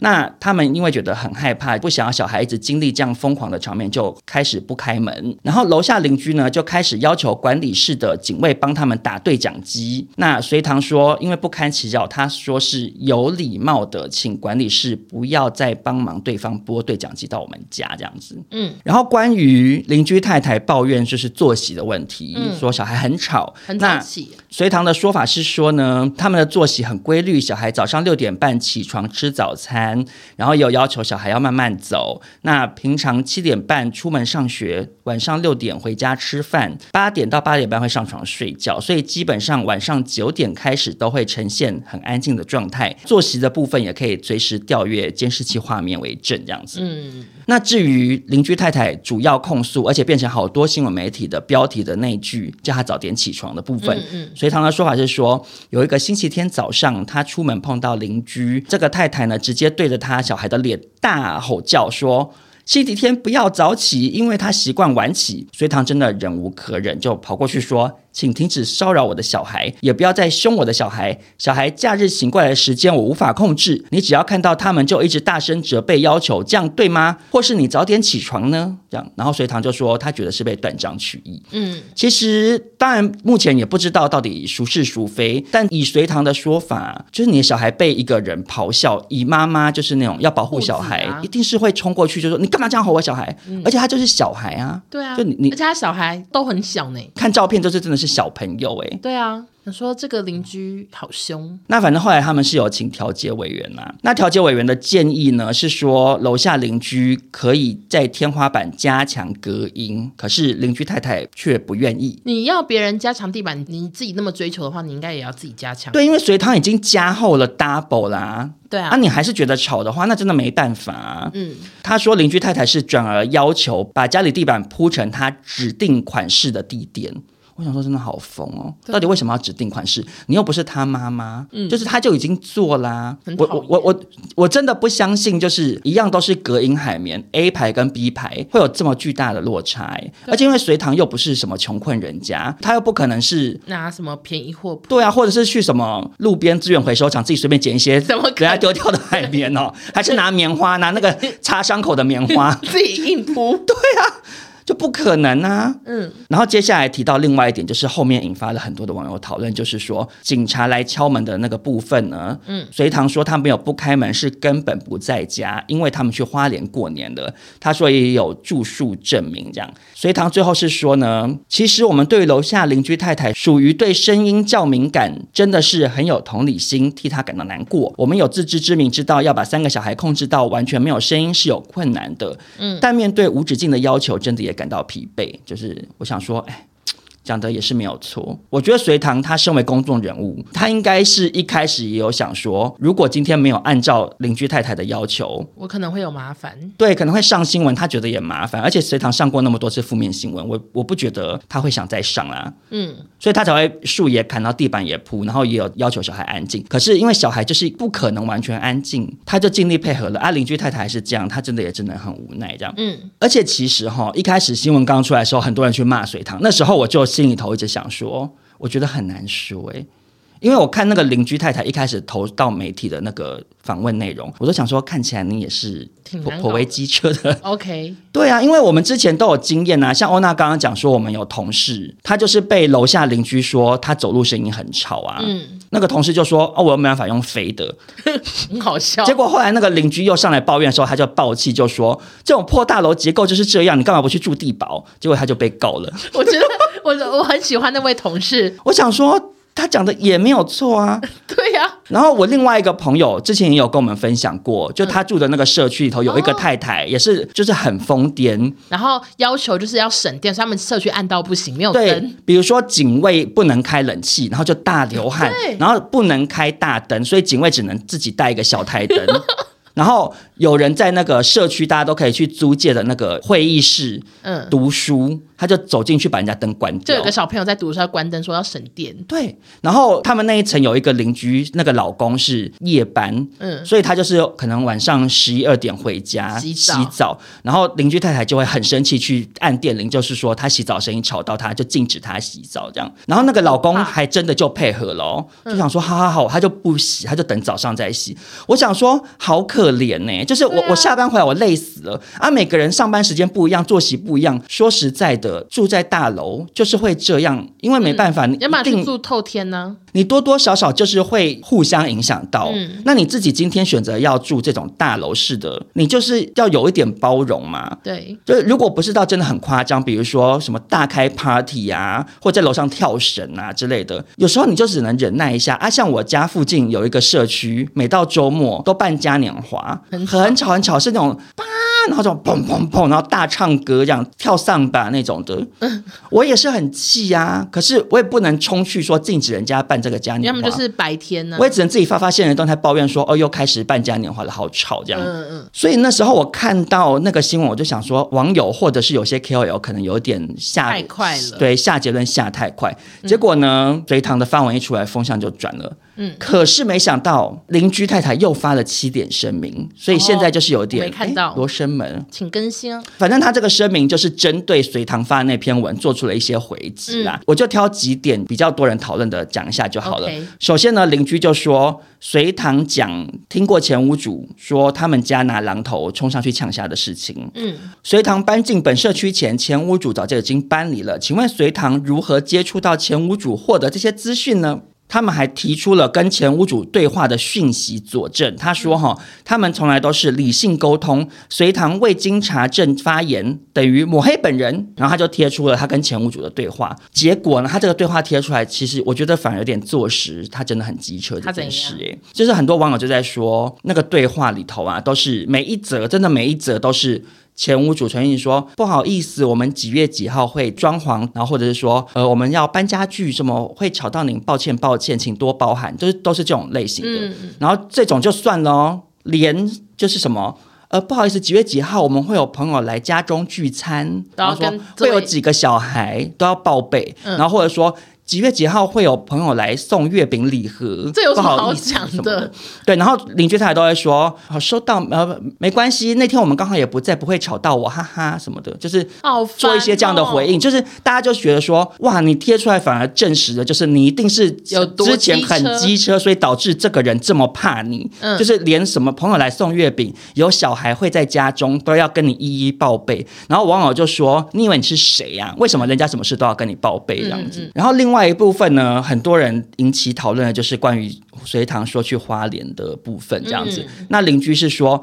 S3: 那他们因为觉得很害怕，不想要小孩一直经历这样疯狂的场面，就开始不开门。然后楼下邻居呢，就开始要求管理室的警卫帮他们打对讲机。那隋唐说，因为不堪其扰，他说是有礼貌的，请管理室不要再帮
S1: 嗯
S3: 忙对方拨对讲机到我们家这样子。然后关于邻居太太抱怨就是作息的问题，
S1: 嗯
S3: 说小孩很吵。
S1: 很早
S3: 那
S1: 起，
S3: 隋唐的说法是说呢，他们的作息很规律，小孩早上六点半起床吃早餐，然后有要求小孩要慢慢走。那平常七点半出门上学，晚上六点回家吃饭，八点到八点半会上床睡觉，所以基本上晚上九点开始都会呈现很安静的状态。作息的部分也可以随时调阅监视器画面为证，这样子。
S1: 嗯，
S3: 那至于邻居太太主要控诉，而且变成好多新闻媒体的标题的那一句叫她早点起床的部分，
S1: 嗯
S3: 隋唐的说法是说，有一个星期天早上，她出门碰到邻居，这个太太呢直接对着她小孩的脸大吼叫说。星期天不要早起，因为她习惯晚起。隋唐真的忍无可忍，就跑过去说：“请停止骚扰我的小孩，也不要再凶我的小孩。小孩假日醒过来的时间我无法控制，你只要看到他们就一直大声责备要求，这样对吗？或是你早点起床呢？这样。”然后隋唐就说：“他觉得是被断章取义。”
S1: 嗯，
S3: 其实，当然目前也不知道到底孰是孰非，但以隋唐的说法，就是你的小孩被一个人咆哮，以妈妈就是那种要保护小孩，
S1: 护子啊
S3: 一定是会冲过去就说你干嘛这样吼我小孩？而且他就是小孩啊，
S1: 对啊，
S3: 就你你
S1: 而且他小孩都很小呢，
S3: 看照片就是真的是小朋友诶、
S1: 对啊，你说这个邻居好凶，
S3: 那反正后来他们是有请调解委员啦、啊那调解委员的建议呢是说，楼下邻居可以在天花板加强隔音，可是邻居太太却不愿意。
S1: 你要别人加强地板，你自己那么追求的话，你应该也要自己加强，
S3: 对，因为隋唐已经加厚了 double 啦，
S1: 对
S3: 啊，
S1: 啊，
S3: 你还是觉得吵的话，那真的没办法、啊。
S1: 嗯，
S3: 他说邻居太太是转而要求把家里地板铺成他指定款式的地点。我想说，真的好疯哦！
S1: 啊
S3: 到底为什么要指定款式？你又不是他妈妈，就是他就已经做啦、
S1: 嗯很
S3: 我
S1: 讨
S3: 我我我我真的不相信，就是一样都是隔音海绵，A 牌跟 B 牌会有这么巨大的落差、欸而且因为隋唐又不是什么穷困人家，他又不可能是
S1: 拿什么便宜货
S3: 对啊，或者是去什么路边资源回收厂自己随便捡一些
S1: 怎么可能，
S3: 人家丢掉的海绵哦，还是拿棉花拿那个擦伤口的棉花
S1: 自己硬铺，
S3: 就不可能啊。
S1: 嗯，
S3: 然后接下来提到另外一点，就是后面引发了很多的网友讨论，就是说警察来敲门的那个部分呢，嗯，隋唐说他没有不开门，是根本不在家，因为他们去花莲过年了，他说也有住宿证明这样。隋唐最后是说呢，其实我们对楼下邻居太太属于对声音较敏感，真的是很有同理心，替她感到难过。我们有自知之明，知道要把三个小孩控制到完全没有声音是有困难的，但面对无止境的要求，真的也感到疲惫。就是我想说，哎。讲的也是没有错。我觉得隋唐他身为公众人物，他应该是一开始也有想说，如果今天没有按照邻居太太的要求，
S1: 我可能会有麻烦，
S3: 对，可能会上新闻，他觉得也麻烦。而且隋唐上过那么多次负面新闻，我我不觉得他会想再上啦、
S1: 嗯，
S3: 所以他才会树也砍到地板也铺，然后也有要求小孩安静。可是因为小孩就是不可能完全安静，他就尽力配合了。啊，邻居太太还是这样，他真的也真的很无奈这样。
S1: 嗯，
S3: 而且其实哈，一开始新闻刚出来的时候，很多人去骂隋唐，那时候我就心里头一直想说，我觉得很难说诶、因为我看那个邻居太太一开始投到媒体的那个访问内容，我都想说，看起来你也是
S1: 挺
S3: 颇
S1: 难
S3: 颇
S1: 搞
S3: 为
S1: 的
S3: 机车的
S1: OK，
S3: 对啊，因为我们之前都有经验啊，像欧娜刚刚讲说，我们有同事，他就是被楼下邻居说他走路声音很吵啊，
S1: 嗯，
S3: 那个同事就说哦，我又没办法用飞的，
S1: 很 好笑，
S3: 结果后来那个邻居又上来抱怨的时候，他就暴气就说这种破大楼结构就是这样，你干嘛不去住地堡？ 结果他就被告了。
S1: 我觉得我我很喜欢那位同事，
S3: 我想说。他讲的也没有错啊，
S1: 对呀、
S3: 然后我另外一个朋友之前也有跟我们分享过，就他住的那个社区里头有一个太太，也是就是很疯癫，
S1: 然后要求就是要省电，所以他们社区暗到不行，没有
S3: 对
S1: 灯，，
S3: 比如说警卫不能开冷气，然后就大流汗
S1: 对，
S3: 然后不能开大灯，所以警卫只能自己带一个小台 灯。然后有人在那个社区，大家都可以去租借的那个会议室
S1: 嗯，
S3: 读书，他就走进去把人家灯关
S1: 就
S3: 掉
S1: 有。个小朋友在读的时候要关灯，说要省电，
S3: 对，然后他们那一层有一个邻居，那个老公是夜班，
S1: 嗯，
S3: 所以他就是可能晚上十一二点回家
S1: 洗澡
S3: 然后邻居太太就会很生气，去按电铃，就是说他洗澡声音吵到他，就禁止他洗澡这样。然后那个老公
S1: 啊
S3: 还真的
S1: 嗯
S3: 就配合了、哦，就想说好好好，他就不洗，他就等早上再洗。我想说好可可怜呢、就是我、
S1: 对啊
S3: 我下班回来我累死了啊！每个人上班时间不一样，作息不一样。说实在的，住在大楼就是会这样，因为没办法，你
S1: 嗯要么
S3: 一
S1: 去
S3: 定
S1: 住透天呢、
S3: 你多多少少就是会互相影响到。
S1: 嗯
S3: 那你自己今天选择要住这种大楼式的，你就是要有一点包容嘛。
S1: 对，
S3: 就是如果不是到真的很夸张，比如说什么大开 party 啊，或在楼上跳绳啊之类的，有时候你就只能忍耐一下啊。像我家附近有一个社区，每到周末都办嘉年华，
S1: 很吵
S3: 很吵很吵，是那种叭，然后这种砰砰砰，然后大唱歌这样跳上吧那种的。
S1: 嗯
S3: 我也是很气啊，可是我也不能冲去说禁止人家办这个嘉年
S1: 要
S3: 华，
S1: 么就是白天呢、
S3: 我也只能自己发发现人动态抱怨说，哦，又开始办嘉年华了，好吵这样。
S1: 嗯嗯，
S3: 所以那时候我看到那个新闻，我就想说，网友或者是有些 KOL 可能有点下
S1: 太快了
S3: 对下结论下太快。结果呢，隋唐的发文一出来，风向就转了。
S1: 嗯
S3: 可是没想到邻居太太又发了七点声明，所以现在就是有点、
S1: 哦
S3: 哎
S1: 我没看到
S3: 诶罗生门。
S1: 请更新啊。
S3: 反正他这个声明就是针对隋唐发的那篇文做出了一些回击啦，我就挑几点比较多人讨论的讲一下就好了。
S1: OK
S3: 首先呢，邻居就说隋唐讲听过前屋主说他们家拿榔头冲上去呛虾的事情。
S1: 嗯，
S3: 隋唐搬进本社区前，前屋主早就已经搬离了。请问隋唐如何接触到前屋主获得这些资讯呢？他们还提出了跟前屋主对话的讯息佐证。他说：“哈，他们从来都是理性沟通。隋唐未经查证发言，等于抹黑本人。”然后他就贴出了他跟前屋主的对话。结果呢，他这个对话贴出来，其实我觉得反而有点坐实，他真的很机车这
S1: 他怎
S3: 件事
S1: 样。
S3: 欸就是很多网友就在说，那个对话里头啊，都是每一则真的每一则都是前屋主承认说不好意思，我们几月几号会装潢，然后或者是说呃我们要搬家具，什么会吵到您，抱歉抱歉，请多包涵，就是都是这种类型的。
S1: 嗯
S3: 然后这种就算了哦，连就是什么。呃，不好意思，几月几号我们会有朋友来家中聚餐，
S1: 都要
S3: 然后说
S1: 跟
S3: 会有
S1: 对
S3: 几个小孩都要报备，
S1: 嗯
S3: 然后或者说几月几号会有朋友来送月饼礼盒，
S1: 这有什么
S3: 不好
S1: 好
S3: 意思
S1: 讲
S3: 什么
S1: 的
S3: 的？对，然后邻居太太都会说，好收到，呃，没关系，那天我们刚好也不在，不会吵到我，哈哈，什么的，就是
S1: 好烦、哦，
S3: 做一些这样的回应，，就是大家就觉得说，哇，你贴出来反而证实了，就是你一定是
S1: 有多
S3: 之前很机
S1: 机
S3: 车，所以导致这个人这么怕你，
S1: 嗯
S3: 就是连什么朋友来送月饼，有小孩会在家中都要跟你一一报备。然后网友就说，你以为你是谁呀、为什么人家什么事都要跟你报备
S1: 嗯
S3: 这样子？然后另外一部分呢，很多人引起讨论的就是关于隋唐说去花莲的部分这样子。
S1: 嗯
S3: 那邻居是说，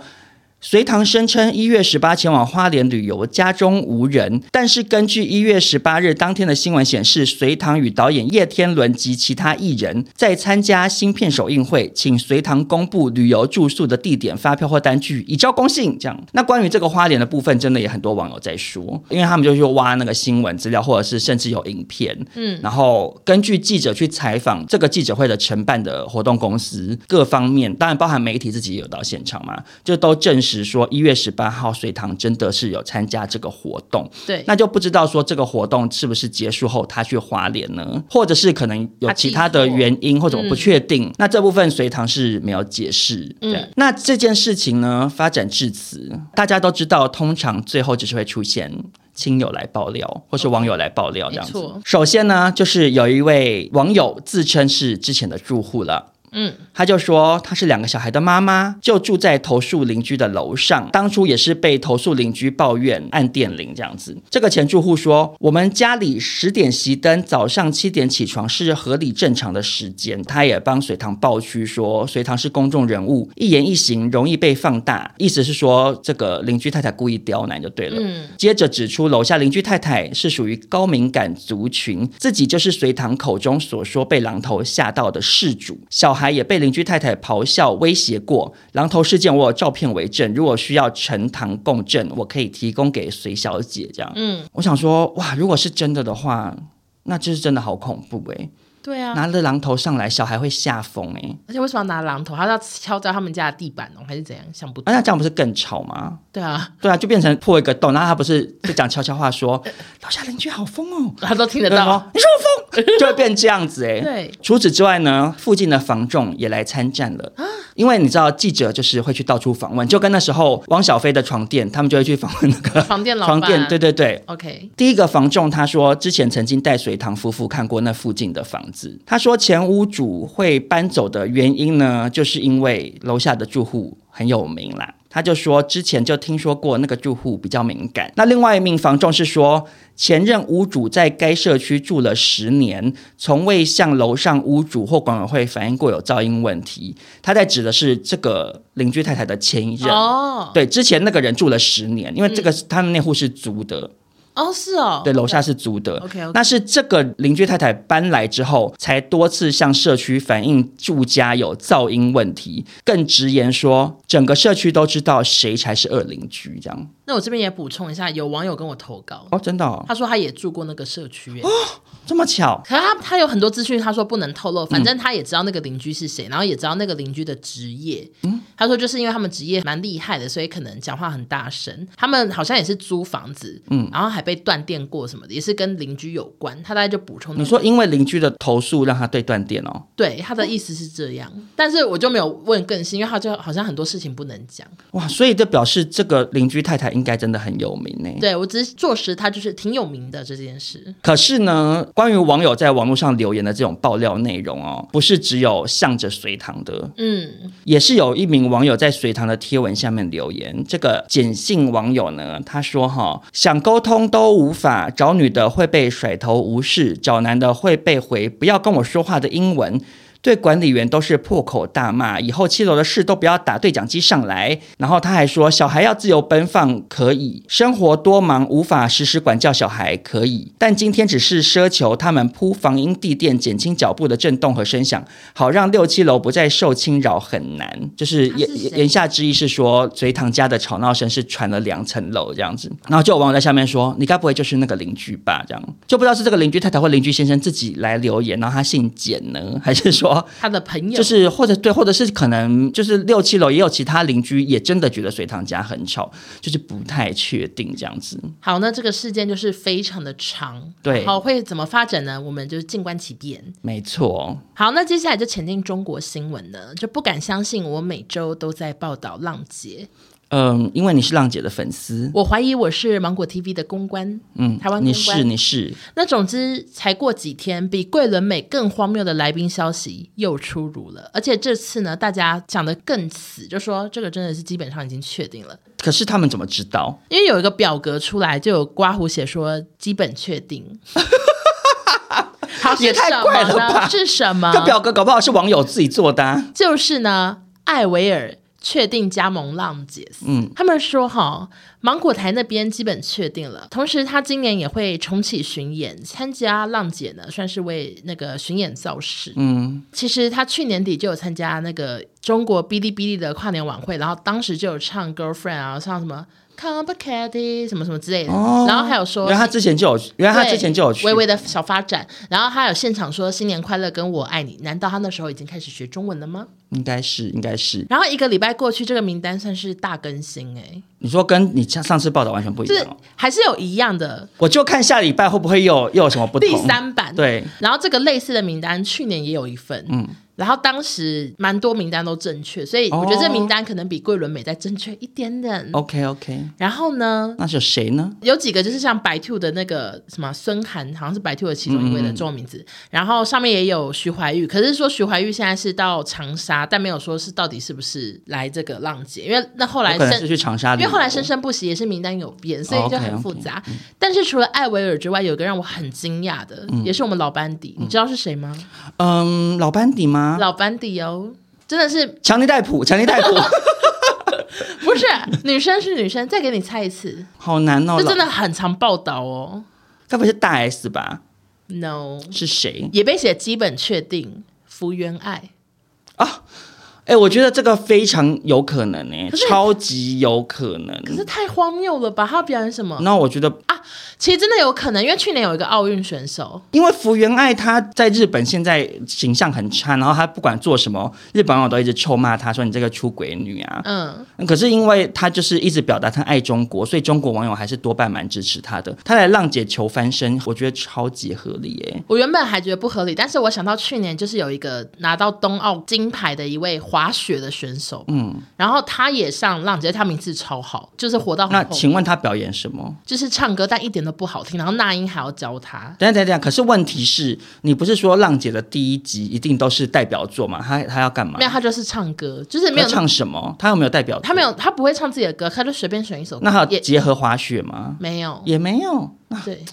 S3: 隋唐声称一月十八前往花莲旅游，家中无人。但是根据一月十八日当天的新闻显示，隋唐与导演叶天伦及其他艺人在参加新片首映会，请隋唐公布旅游住宿的地点、发票或单据，以交公信。这样，那关于这个花莲的部分，真的也很多网友在说，因为他们就去挖那个新闻资料，或者是甚至有影片，嗯然后根据记者去采访这个记者会的承办的活动公司，各方面当然包含媒体自己也有到现场嘛，就都证实说一月十八号隋唐真的是有参加这个活动。
S1: 对，
S3: 那就不知道说这个活动是不是结束后他去花莲呢，或者是可能有其他的原因，或者我不确定。那这部分隋唐是没有解释。
S1: 嗯
S3: 对，那这件事情呢，发展至此，大家都知道，通常最后只是会出现。亲友来爆料，或是网友来爆料这样子
S1: 没错。
S3: 首先呢，就是有一位网友自称是之前的住户了，
S1: 嗯，
S3: 他就说他是两个小孩的妈妈，就住在投诉邻居的楼上。当初也是被投诉邻居抱怨按电铃这样子。这个前住户说，我们家里十点熄灯，早上七点起床是合理正常的时间。他也帮隋唐抱屈说，隋唐是公众人物，一言一行容易被放大，意思是说这个邻居太太故意刁难就对了。接着指出，楼下邻居太太是属于高敏感族群，自己就是隋唐口中所说被榔头吓到的事主，小孩也被邻居太太咆哮威胁过。榔头事件我有照片为证，如果需要呈堂供证，我可以提供给隋小姐。这样，嗯，我想说，哇，如果是真的的话。那就是真的好恐怖欸诶、
S1: 对啊。
S3: 拿着榔头上来，小孩会吓疯诶。
S1: 而且为什么要拿榔头？他是要敲掉他们家的地板哦，还是怎样？想不
S3: 啊
S1: 到。
S3: 那这样不是更吵吗？
S1: 对啊，
S3: 对啊，就变成破一个洞，然后他不是就讲悄悄话说， 楼下邻居好疯哦，
S1: 他都听得
S3: 然
S1: 到
S3: 后。你说 我疯，就会变这样子哎、
S1: 对，
S3: 除此之外呢，附近的房仲也来参战了，
S1: 啊
S3: 因为你知道记者就是会去到处访问，就跟那时候汪小菲的床垫，他们就会去访问那个
S1: 床垫老
S3: 床
S1: 板
S3: 垫，对对对。
S1: OK，
S3: 第一个房仲他说，之前曾经带隋唐夫妇看过那附近的房子。他说前屋主会搬走的原因呢，就是因为楼下的住户很有名啦。他就说之前就听说过那个住户比较敏感。那另外一名房仲是说，前任屋主在该社区住了十年，从未向楼上屋主或管委会反映过有噪音问题。他在指的是这个邻居太太的前一任。
S1: 哦，
S3: 对，之前那个人住了十年，因为这个是、他们那户是租的，
S1: 哦是哦，
S3: 对，楼下是租的。
S1: OK，OK
S3: 那是这个邻居太太搬来之后，才多次向社区反映住家有噪音问题，更直言说整个社区都知道谁才是恶邻居这样。
S1: 那我这边也补充一下，有网友跟我投稿，
S3: 哦，真的、哦、
S1: 他说他也住过那个社区耶、
S3: 这么巧？
S1: 可是他他有很多资讯，他说不能透露，
S3: 嗯
S1: 反正他也知道那个邻居是谁，然后也知道那个邻居的职业。他说就是因为他们职业蛮厉害的，所以可能讲话很大声。他们好像也是租房子，嗯，然后还被断电过什么的，也是跟邻居有关。他大概就补充那个
S3: 你说因为邻居的投诉让他对断电哦？
S1: 对他的意思是这样，但是我就没有问更新，因为他就好像很多事情不能讲。
S3: 哇，所以这表示这个邻居太太应该真的很有名呢。
S1: 对我只是坐实他就是挺有名的这件事。
S3: 可是呢，关于网友在网络上留言的这种爆料内容哦，不是只有向着隋唐的，
S1: 嗯，
S3: 也是有一名网友在隋唐的贴文下面留言，这个简姓网友呢，他说哈、想沟通都无法，找女的会被甩头无视，找男的会被回不要跟我说话的英文。对管理员都是破口大骂，以后七楼的事都不要打对讲机上来。然后他还说，小孩要自由奔放可以，生活多忙无法时时管教小孩可以，但今天只是奢求他们铺防音地垫，减轻脚步的震动和声响，好让六七楼不再受侵扰很难。就是
S1: 他是
S3: 言
S1: 谁
S3: 言下之意是说，隋唐家的吵闹声是传了两层楼这样子。然后就有网友在下面说，你该不会就是那个邻居吧？这样就不知道是这个邻居太太或邻居先生自己来留言，然后他姓简呢， 还是说？
S1: 他的朋友
S3: 就是或者对，或者是可能就是六七楼也有其他邻居也真的觉得隋唐家很吵，就是不太确定这样子。
S1: 好，那这个事件就是非常的长，
S3: 对
S1: 好会怎么发展呢？我们就静观其变。
S3: 没错，
S1: 好，那接下来就前进中国新闻了，就不敢相信我每周都在报道浪姐，
S3: 嗯，因为你是浪姐的粉丝，
S1: 我怀疑我是芒果 TV 的公关，嗯，台湾公
S3: 你
S1: 关
S3: 是你是，
S1: 那总之，才过几天，比桂纶镁更荒谬的来宾消息又出炉了，而且这次呢，大家讲的更死，就说这个真的是基本上已经确定了，
S3: 可是他们怎么知道？
S1: 因为有一个表格出来，就有刮胡写说基本确 定。好，
S3: 也
S1: 是
S3: 太
S1: 什么
S3: 怪了
S1: 呢
S3: 吧
S1: 是什 么？
S3: 这表格搞不好是网友自己做的、啊。
S1: 就是呢，艾维尔确定加盟浪姐。嗯，他们说哈，芒果台那边基本确定了，同时他今年也会重启巡演，参加浪姐呢，算是为那个巡演造势。
S3: 嗯，
S1: 其实他去年底就有参加那个中国哔哩哔哩的跨年晚会，然后当时就有唱 girlfriend 啊，唱什么 complicated 什么什么之类的，
S3: 哦
S1: 然后还有说
S3: 原来他之前就有，原来他之前就有去
S1: 微。微的小发展，然后他有现场说新年快乐跟我爱你，难道他那时候已经开始学中文了吗？
S3: 应该是，应该是。
S1: 然后一个礼拜过去，这个名单算是大更新哎、
S3: 你说跟你上上次报道完全不一
S1: 就是
S3: 样哦。
S1: 还是有一样的
S3: 我就看下礼拜会不会又又有什么不同。
S1: 第三版。，
S3: 对，
S1: 然后这个类似的名单去年也有一份，嗯，然后当时蛮多名单都正确，所以
S3: 哦
S1: 我觉得这名单可能比桂纶镁再正确一点点。
S3: ，OK OK，
S1: 然后呢，
S3: 那是谁呢？
S1: 有几个就是像白兔的那个什么孙涵，好像是白兔的其中一位的中文名字。
S3: 嗯
S1: 然后上面也有徐怀钰，可是说徐怀钰现在是到长沙，但没有说是到底是不是来这个浪姐，因为那后来
S3: 我可能
S1: 甚
S3: 是去长沙旅
S1: 因
S3: 游，
S1: 为后来生生不息也是名单有变，
S3: 哦
S1: 所以就很复杂。但是除了艾维尔之外，有一个让我很惊讶的，也是我们老班底，你知道是谁吗？
S3: 嗯，老班底吗？
S1: 老班底哦，真的是
S3: 强尼 戴普，强尼戴普，
S1: 不是女生是女生？再给你猜一次，
S3: 好难哦，
S1: 这真
S3: 老
S1: 的很常报道哦。
S3: 该不会是大 S 吧？
S1: No，
S3: 是谁？
S1: 也被写基本确定福原爱，
S3: 哎、我觉得这个非常有可能哎、
S1: 可是
S3: 超级有可能。
S1: 可是太荒谬了吧？他要表演什么？
S3: 那我觉得，
S1: 其实真的有可能，因为去年有一个奥运选手，
S3: 因为福原爱她在日本现在形象很差，然后她不管做什么，日本网友都一直臭骂她说你这个出轨女啊。
S1: 嗯，
S3: 可是因为她就是一直表达她爱中国，所以中国网友还是多半蛮支持她的。她来浪姐求翻身，我觉得超级合理耶、
S1: 我原本还觉得不合理，但是我想到去年就是有一个拿到冬奥金牌的一位滑雪的选手，
S3: 嗯，
S1: 然后他也上浪姐，他名次超哦好，就是活到
S3: 那
S1: 很后面，
S3: 请问他表演什么？
S1: 就是唱歌，但一点都不好听。然后那英还要教他，
S3: 等一下等一下，可是问题是你不是说浪姐的第一集一定都是代表作嘛？他他要干嘛
S1: 没？有他就是唱歌，就是没
S3: 他
S1: 有
S3: 唱什么？他有没有代表作？
S1: 他没有他不会唱自己的歌，他就随便选一首歌，
S3: 那还有
S1: 也
S3: 结合滑雪吗？
S1: 没有，
S3: 也没有。
S1: 对，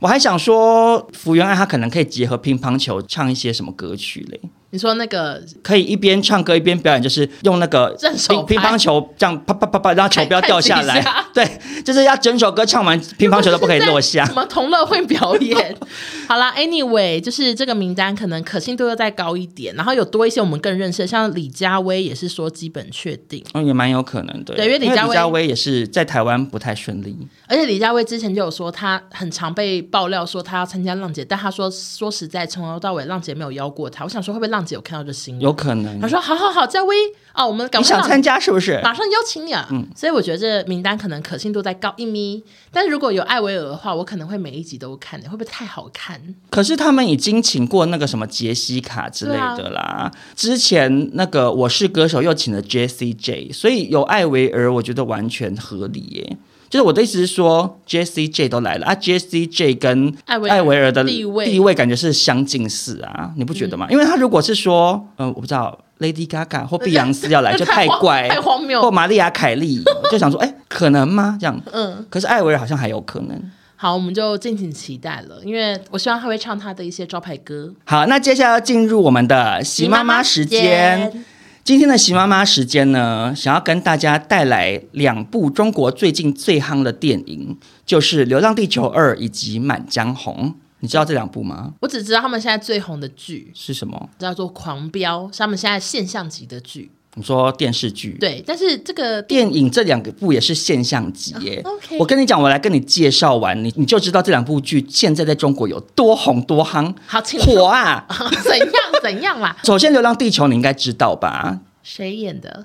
S3: 我还想说，福原爱她可能可以结合乒乓球唱一些什么歌曲嘞？
S1: 你说那个
S3: 可以一边唱歌一边表演，就是用那个
S1: 正手
S3: 乒
S1: 拍
S3: 乒乓球这样啪啪啪啪，让球不要掉下
S1: 看
S3: 来
S1: 几下。
S3: 对，就是要整首歌唱完，乒乓球都不可以 落下
S1: 什。么同乐会表演。 好啦 a n y w a y 就是这个名单可能可信度又再高一点，然后有多一些我们更认识的，像李佳薇也是说基本确定，
S3: 嗯，也蛮有可能的。
S1: 对因为李佳薇
S3: 佳薇也是在台湾不太顺利。
S1: 而且李佳薇之前就有说她很常被爆料说她要参加浪姐，但她说说实在从头到尾浪姐没有邀过她，我想说会不会浪姐有看到这新闻？
S3: 有可能
S1: 她。说好好好，佳薇啊，我们赶
S3: 你
S1: 快
S3: 想
S1: 让
S3: 参加是不是？
S1: 马上邀请你啊！
S3: 嗯
S1: 所以我觉得这名单可能可信度再高一咪，但是如果有艾薇儿的话，我可能会每一集都看，会不会太好看？
S3: 可是他们已经请过那个什么杰西卡之类的啦。
S1: 啊
S3: 之前那个《我是歌手》又请了 J C J，所以有艾维尔，我觉得完全合理耶。就是我的意思是说，J C J 都来了啊，J C J 跟
S1: 艾薇儿
S3: 艾维尔的
S1: 地位嗯
S3: 地位感觉是相近似啊，你不觉得吗？因为他如果是说，嗯、我不知道 Lady Gaga 或碧昂斯要来，就太
S1: 荒
S3: 怪，
S1: 太荒谬
S3: 或。玛丽亚凯莉，我就想说，哎、可能吗？这样。
S1: 嗯，
S3: 可是艾维尔好像还有可能。
S1: 好，我们就敬请期待了，因为我希望他会唱他的一些招牌歌。
S3: 好，那接下来要进入我们的席妈妈时间。，今天的席妈妈时间呢，想要跟大家带来两部中国最近最夯的电影，就是《流浪地球二》以及《满江红》。你知道这两部吗？
S1: 我只知道他们现在最红的剧
S3: 是什么？
S1: 叫做《狂飙》，是他们现在现象级的剧。
S3: 你说电视剧？
S1: 对，但是这个
S3: 电影这两个部也是现象级耶。
S1: 哦 OK
S3: 我跟你讲，我来跟你介绍完，你你就知道这两部剧现在在中国有多红多夯，
S1: 好，请
S3: 火啊！
S1: 怎样怎样啦？
S3: 首先，《流浪地球》你应该知道吧？
S1: 谁演的？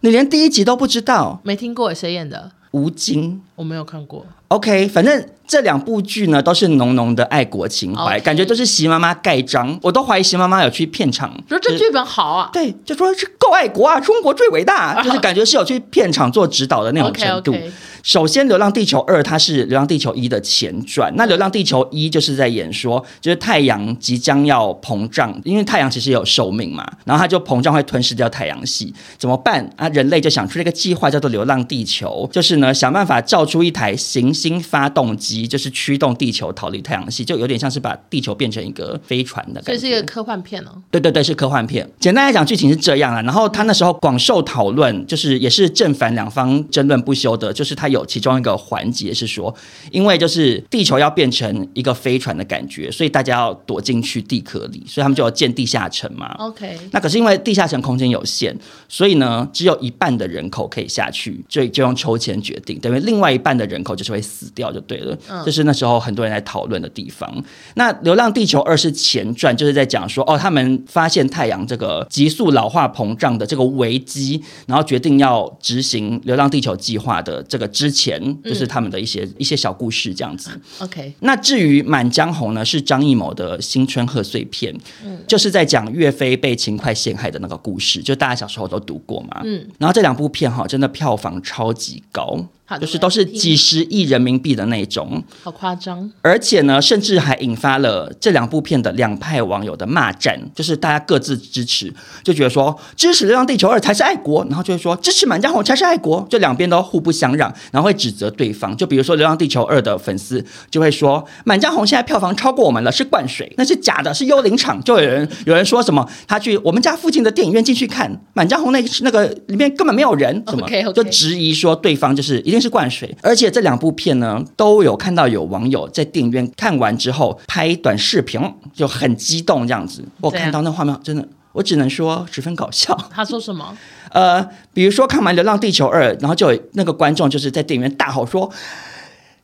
S3: 你连第一集都不知道，
S1: 没听过，谁演的？
S3: 吴京。
S1: 我没有看过。
S3: OK，反正这两部剧呢都是浓浓的爱国情怀
S1: OK
S3: 感觉都是席妈妈盖章，我都怀疑席妈妈有去片场。
S1: 说这剧本好啊，
S3: 对，就说是够爱国啊，中国最伟大，就是感觉是有去片场做指导的那种程度。
S1: OK，OK
S3: 首先，《流浪地球二》它是《流浪地球一》的前传，那《流浪地球一》就是在演说，就是太阳即将要膨胀，因为太阳其实也有寿命嘛，然后它就膨胀会吞噬掉太阳系，怎么办啊？人类就想出了一个计划，叫做“流浪地球”，就是呢想办法造出一台行星发动机，就是驱动地球逃离太阳系，就有点像是把地球变成一个飞船的
S1: 所
S3: 感
S1: 以
S3: 觉。
S1: 是一个科幻片哦。
S3: 对对对，是科幻片。简单来讲，剧情是这样啦。然后他那时候广受讨论，就是也是正反两方争论不休的。就是他有其中一个环节是说，因为就是地球要变成一个飞船的感觉，所以大家要躲进去地壳里，所以他们就要建地下城嘛。
S1: OK，
S3: 那可是因为地下城空间有限，所以呢，只有一半的人口可以下去，就就用抽签决定，等于另外一半的人口就是会死掉就对了。这是那时候很多人在讨论的地方。那《流浪地球二》是前传，就是在讲说，哦，他们发现太阳这个急速老化膨胀的这个危机，然后决定要执行《流浪地球》计划的这个之前，就是他们的一些、一些小故事这样子。
S1: OK，
S3: 那至于《满江红》呢，是张艺谋的新春贺岁片，就是在讲岳飞被秦桧陷害的那个故事，就大家小时候都读过嘛。
S1: 嗯，
S3: 然后这两部片哈，真的票房超级高
S1: 好，的
S3: 就是都是几十亿人民币的那种，
S1: 好夸张。
S3: 而且呢，甚至还引发了这两部片的两派网友的骂战，就是大家各自支持，就觉得说支持《流浪地球二》才是爱国，然后就会说支持《满江红》才是爱国，就两边都互不相让，然后会指责对方。就比如说《流浪地球二》的粉丝就会说，《满江红》现在票房超过我们了，是灌水，那是假的，是幽灵场。就有人有人说什么，他去我们家附近的电影院进去看《满江红》那那个里面根本没有人，怎么
S1: OK，OK
S3: 就质疑说对方就是一定是灌水，而且这两部片呢都有看到有网友在电影院看完之后拍短视频，就很激动这样子。我看到那画面真的。我只能说十分搞笑，
S1: 他说什么？
S3: 呃，比如说看完《流浪地球二》，然后就有那个观众就是在电影院大吼说：“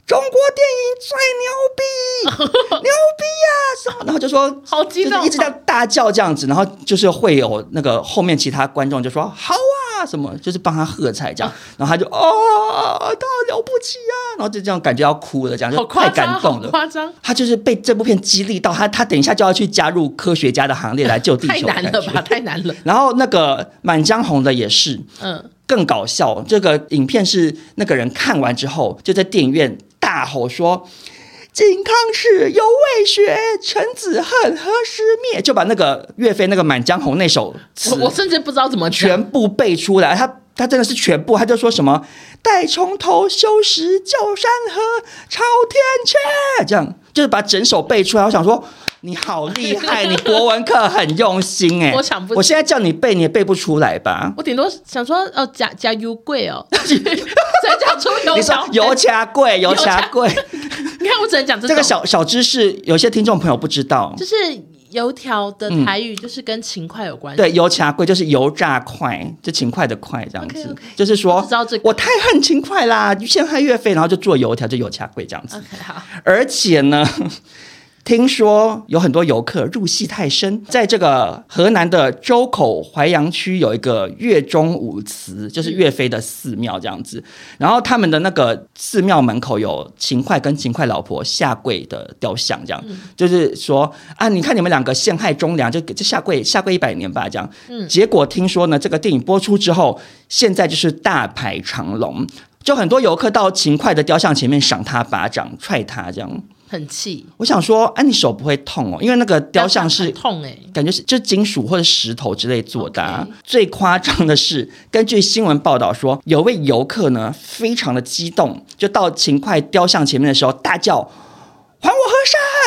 S3: 中国电影最牛 逼，牛逼呀、什么？”然后就说
S1: 好激
S3: 就
S1: 动
S3: 是
S1: 哦，
S3: 一直在大叫这样子，然后就是会有那个后面其他观众就说：“好啊，什么，就是帮他喝彩这
S1: 啊
S3: 样，然后他就哦，他了不起啊，然后就这样感觉要哭了，这样
S1: 好
S3: 就
S1: 夸
S3: 太
S1: 张，
S3: 感动
S1: 好
S3: 了。
S1: 夸张，
S3: 他就是被这部片激励到，他他等一下就要去加入科学家的行列来救地
S1: 太
S3: 球的
S1: 难
S3: 感
S1: 了
S3: 觉
S1: 吧，太难了。
S3: 然后那个《满江红》的也是
S1: 嗯，
S3: 更搞笑，这个影片是那个人看完之后就在电影院大吼说。靖康耻，犹未雪，臣子恨，何时灭？就把那个岳飞那个《满江红》那首词
S1: 我我甚至不知道怎么讲
S3: 全部背出来，他他真的是全部，他就说什么“待从头，修时旧山河，朝天阙”，这样就是把整首背出来。我想说，你好厉害，你国文课很用心哎、
S1: 我想不
S3: 我现在叫你背，你也背不出来吧？
S1: 我顶多想说哦，假假油贵 哦， 谁讲出油
S3: 你说
S1: 条？
S3: 油钱 贵，油
S1: 油
S3: 钱
S1: 钱
S3: 贵，
S1: 你看我只能讲这
S3: 这个
S1: 种
S3: 小小知识，有些听众朋友不知道。
S1: 就是油条的台语就是跟勤快有关系。
S3: 嗯对，油钱贵就是油炸快，就勤快的快这样子
S1: OK，OK
S3: 就是说，
S1: 我知道这个
S3: 我太恨勤快啦，陷害岳飞，然后就做油条，就油钱贵这样子。
S1: OK，好，
S3: 而且呢， 听说有很多游客入戏太深，在这个河南的周口淮阳区有一个岳钟舞祠，就是岳飞的寺庙这样子。然后他们的那个寺庙门口有秦桧跟秦桧老婆下跪的雕像，这样、就是说啊，你看你们两个陷害忠良，就就下跪下跪一百年吧，这样。结果听说呢，这个电影播出之后，现在就是大排长龙。就很多游客到秦桧的雕像前面赏他巴掌、踹他这样。
S1: 很气，
S3: 我想说，哎、你手不会痛哦，因为那个雕像
S1: 很
S3: 是
S1: 痛哎、
S3: 感觉是就是金属或者石头之类做的、啊。
S1: OK
S3: 最夸张的是，根据新闻报道说，有位游客呢非常的激动，就到秦桧雕像前面的时候大叫：“还我河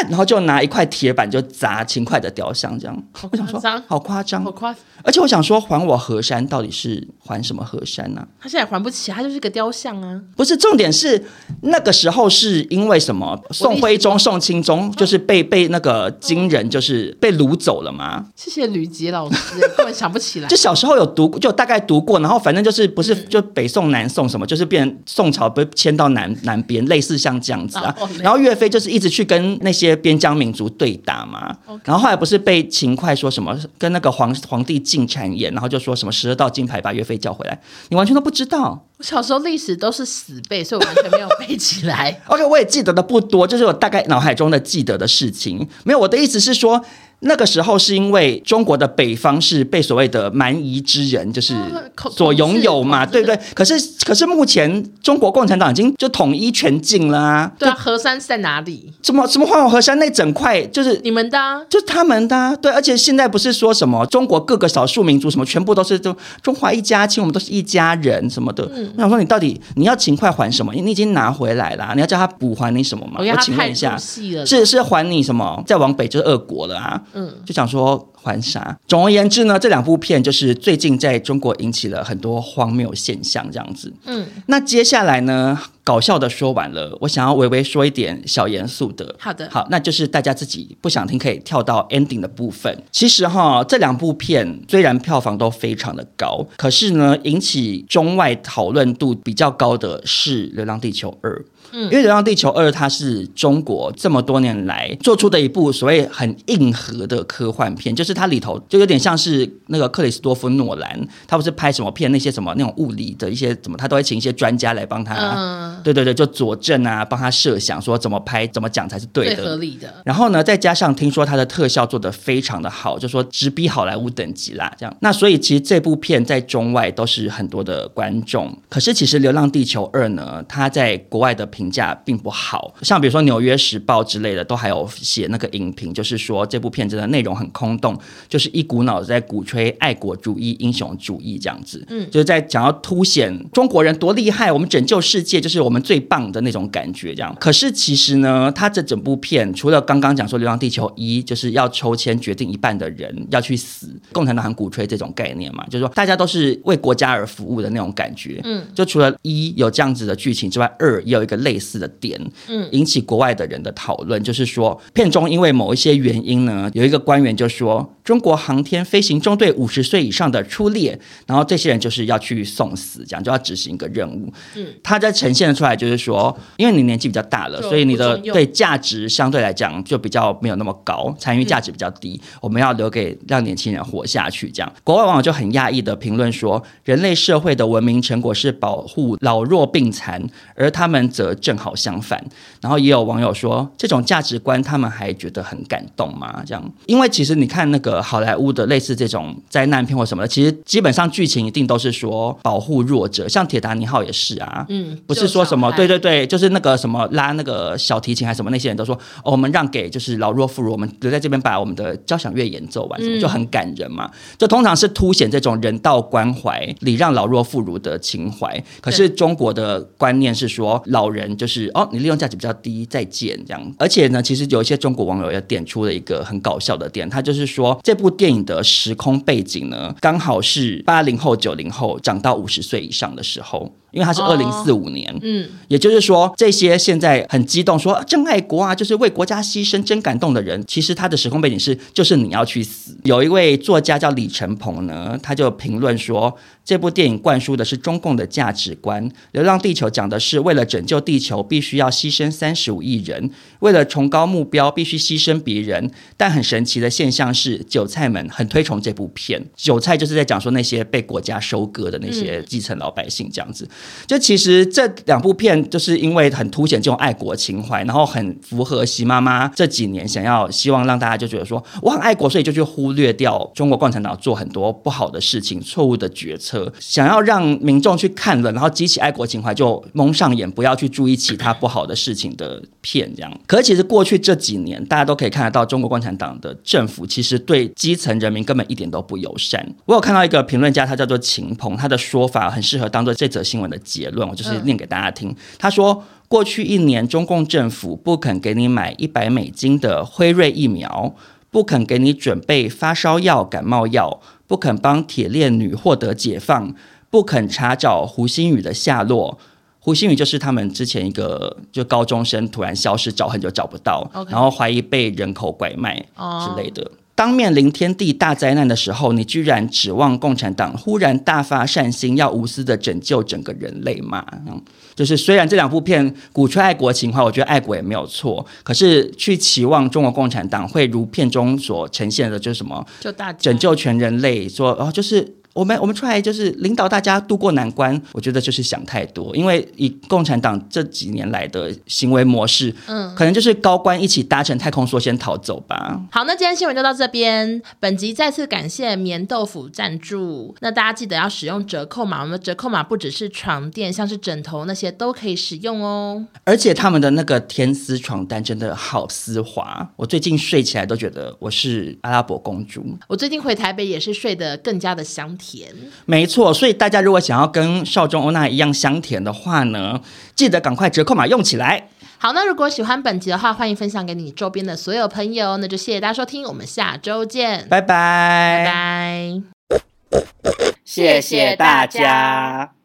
S3: 山！”然后就拿一块铁板就砸秦桧的雕像，这样。
S1: 好
S3: 我想
S1: 夸
S3: 说啊
S1: 张，
S3: 好夸张
S1: 好，夸张，
S3: 而且我想说，还我河山到底是还什么河山呢、
S1: 他现在也还不起，他就是个雕像啊。
S3: 不是重点是那个时候是因为什么？宋徽宗、宋钦宗就是被被那个金人就是被掳走了嘛？
S1: 谢谢吕杰老师，欸 根本想不起来
S3: 就。小时候有读，就大概读过，然后反正就是不是就北宋、南宋什么，就是变成宋朝被迁到南南边，类似像这样子啊
S1: 哦。
S3: 然后岳飞就是一直去跟那些边疆民族对打嘛
S1: OK。
S3: 然后后来不是被秦桧说什么跟那个皇皇帝进谗言，然后就说什么十二道金牌把岳飞叫回来，你完全都不知道。。
S1: 我小时候历史都是死背，所以我完全没有背起来
S3: OK，我也 记得的不多，就是我大概脑海中的记得的事情。没有，我的意思是说，那个时候是因为中国的北方是被所谓的蛮夷之人，就是
S1: 嗯口
S3: 所拥有嘛，
S1: 统治
S3: 对不对？可是，可是目前中国共产党已经就统一全境啦、啊，
S1: 对啊，河山是在哪里？
S3: 什么什么花果河山那整块就是。
S1: 你们的、啊、
S3: 就是他们的、啊，对，而且现在不是说什么中国各个少数民族什么，全部都是中中华一家亲，我们都是一家人什么的。
S1: 嗯
S3: 我想说，你到底你要勤快还什么？你你已经拿回来啊啦，你要叫他补还你什么吗？
S1: 我觉得他
S3: 请问
S1: 太
S3: 一下
S1: 入，戏了。
S3: 是是还你什么？再往北就是俄国了啊。
S1: 嗯，
S3: 就想说还啥？总而言之呢，这两部片就是最近在中国引起了很多荒谬现象，这样子。
S1: 嗯，
S3: 那接下来呢，搞笑的说完了，我想要微微说一点小严肃的。
S1: 好的
S3: 好，那就是大家自己不想听可以跳到 ending 的部分。其实哈，这两部片虽然票房都非常的高，可是呢，引起中外讨论度比较高的是《流浪地球二》。嗯因为《流浪地球二》它是中国这么多年来做出的一部所谓很硬核的科幻片，就是它里头就有点像是那个克里斯多夫诺兰，他不是拍什么片那些什么那种物理的一些怎么，他都会请一些专家来帮他，
S1: 嗯
S3: 对对对，就佐证啊，帮他设想说怎么拍怎么讲才是对
S1: 最
S3: 的，
S1: 合理的。
S3: 然后呢，再加上听说它的特效做得非常的好，就说直逼好莱坞等级啦，这样。那所以其实这部片在中外都是很多的观众。可是其实《流浪地球二》呢，它在国外的评价并不好，像比如说《纽约时报》之类的都还有写那个影评，就是说这部片真的内容很空洞，就是一股脑在鼓吹爱国主义、英雄主义这样子，嗯，就是在想要凸显中国人多厉害，我们拯救世界就是我们最棒的那种感觉这样。可是其实呢，他这整部片除了刚刚讲说《流浪地球一》就是要抽签决定一半的人要去死，共产党很鼓吹这种概念嘛，就是说大家都是为国家而服务的那种感觉，嗯，就除了一有这样子的剧情之外，二也有一个类似的点，引起国外的人的讨论，就是说片中因为某一些原因呢，有一个官员就说中国航天飞行中队五十岁以上的出列，然后这些人就是要去送死，这样就要执行一个任务。嗯，它在呈现出来就是说，因为你年纪比较大了，
S1: 就
S3: 所以你的
S1: 不中用
S3: 对价值相对来讲就比较没有那么高，参与价值比较低。我们要留给让年轻人活下去，这样。国外网友就很讶异的评论说，人类社会的文明成果是保护老弱病残，而他们则正好相反。然后也有网友说，这种价值观他们还觉得很感动吗？这样，因为其实你看那个好莱坞的类似这种灾难片或什么的，其实基本上剧情一定都是说保护弱者，像《铁达尼号》也是啊，
S1: 嗯，
S3: 不是说什么
S1: 就
S3: 对
S1: 小孩
S3: 对对，就是那个什么拉那个小提琴还是什么那些人都说，哦，我们让给就是老弱妇孺，我们留在这边把我们的交响乐演奏完，什
S1: 嗯
S3: 么、就很感人嘛。就通常是凸显这种人道关怀，礼让老弱妇孺的情怀。可是中国的观念是说，老人就是哦，你利用价值比较低，再见这样。而且呢，其实有一些中国网友也点出了一个很搞笑的点，他就是说这部电影的时空背景呢，刚好是八零后、九零后长到五十岁以上的时候。因为它是二
S1: 哦
S3: 零四五年，
S1: 嗯，
S3: 也就是说，这些现在很激动说啊真爱国啊，就是为国家牺牲真感动的人，其实他的时空背景是就是你要去死。有一位作家叫李承鹏呢，他就评论说，这部电影灌输的是中共的价值观，《流浪地球》讲的是为了拯救地球，必须要牺牲三十五亿人，为了崇高目标，必须牺牲别人。但很神奇的现象是，韭菜们很推崇这部片。韭菜就是在讲说那些被国家收割的那些基层老百姓这样子。就其实这两部片就是因为很凸显这种爱国情怀，然后很符合习妈妈这几年想要希望让大家就觉得说我很爱国，所以就去忽略掉中国共产党做很多不好的事情、错误的决策，想要让民众去看了，然后激起爱国情怀，就蒙上眼，不要去注意其他不好的事情的片这样。可是其实过去这几年，大家都可以看得到中国共产党的政府其实对基层人民根本一点都不友善。我有看到一个评论家，他叫做秦鹏，他的说法很适合当做这则新闻的结论，我就是
S1: 嗯
S3: 念给大家听。他说。过去一年，中共政府不肯给你买一百美金的辉瑞疫苗，不肯给你准备发烧药、感冒药，不肯帮铁链女获得解放，不肯查找胡鑫宇的下落。胡鑫宇就是他们之前一个就高中生突然消失，找很久找不到
S1: OK
S3: 然后怀疑被人口拐卖
S1: 哦
S3: 之类的。当面临天地大灾难的时候，你居然指望共产党忽然大发善心，要无私的拯救整个人类嘛？嗯就是虽然这两部片鼓吹爱国情怀，我觉得爱国也没有错，可是去期望中国共产党会如片中所呈现的，就是什么
S1: 就大家
S3: 拯救全人类，说哦，就是我们我们出来就是领导大家渡过难关，我觉得就是想太多，因为以共产党这几年来的行为模式，嗯，可能就是高官一起搭乘太空梭先逃走吧。
S1: 好，那今天新闻就到这边。本集再次感谢棉豆腐赞助。那大家记得要使用折扣码，我们的折扣码不只是床垫，像是枕头那些都可以使用哦。
S3: 而且他们的那个天丝床单真的好丝滑，我最近睡起来都觉得我是阿拉伯公主。
S1: 我最近回台北也是睡得更加的香甜。
S3: 没错，所以大家如果想要跟少中欧娜一样香甜的话呢，记得赶快折扣码用起来。
S1: 好，那如果喜欢本集的话，欢迎分享给你周边的所有朋友。那就谢谢大家收听，我们下周见，
S3: 拜拜
S1: 拜拜
S2: 谢谢大家。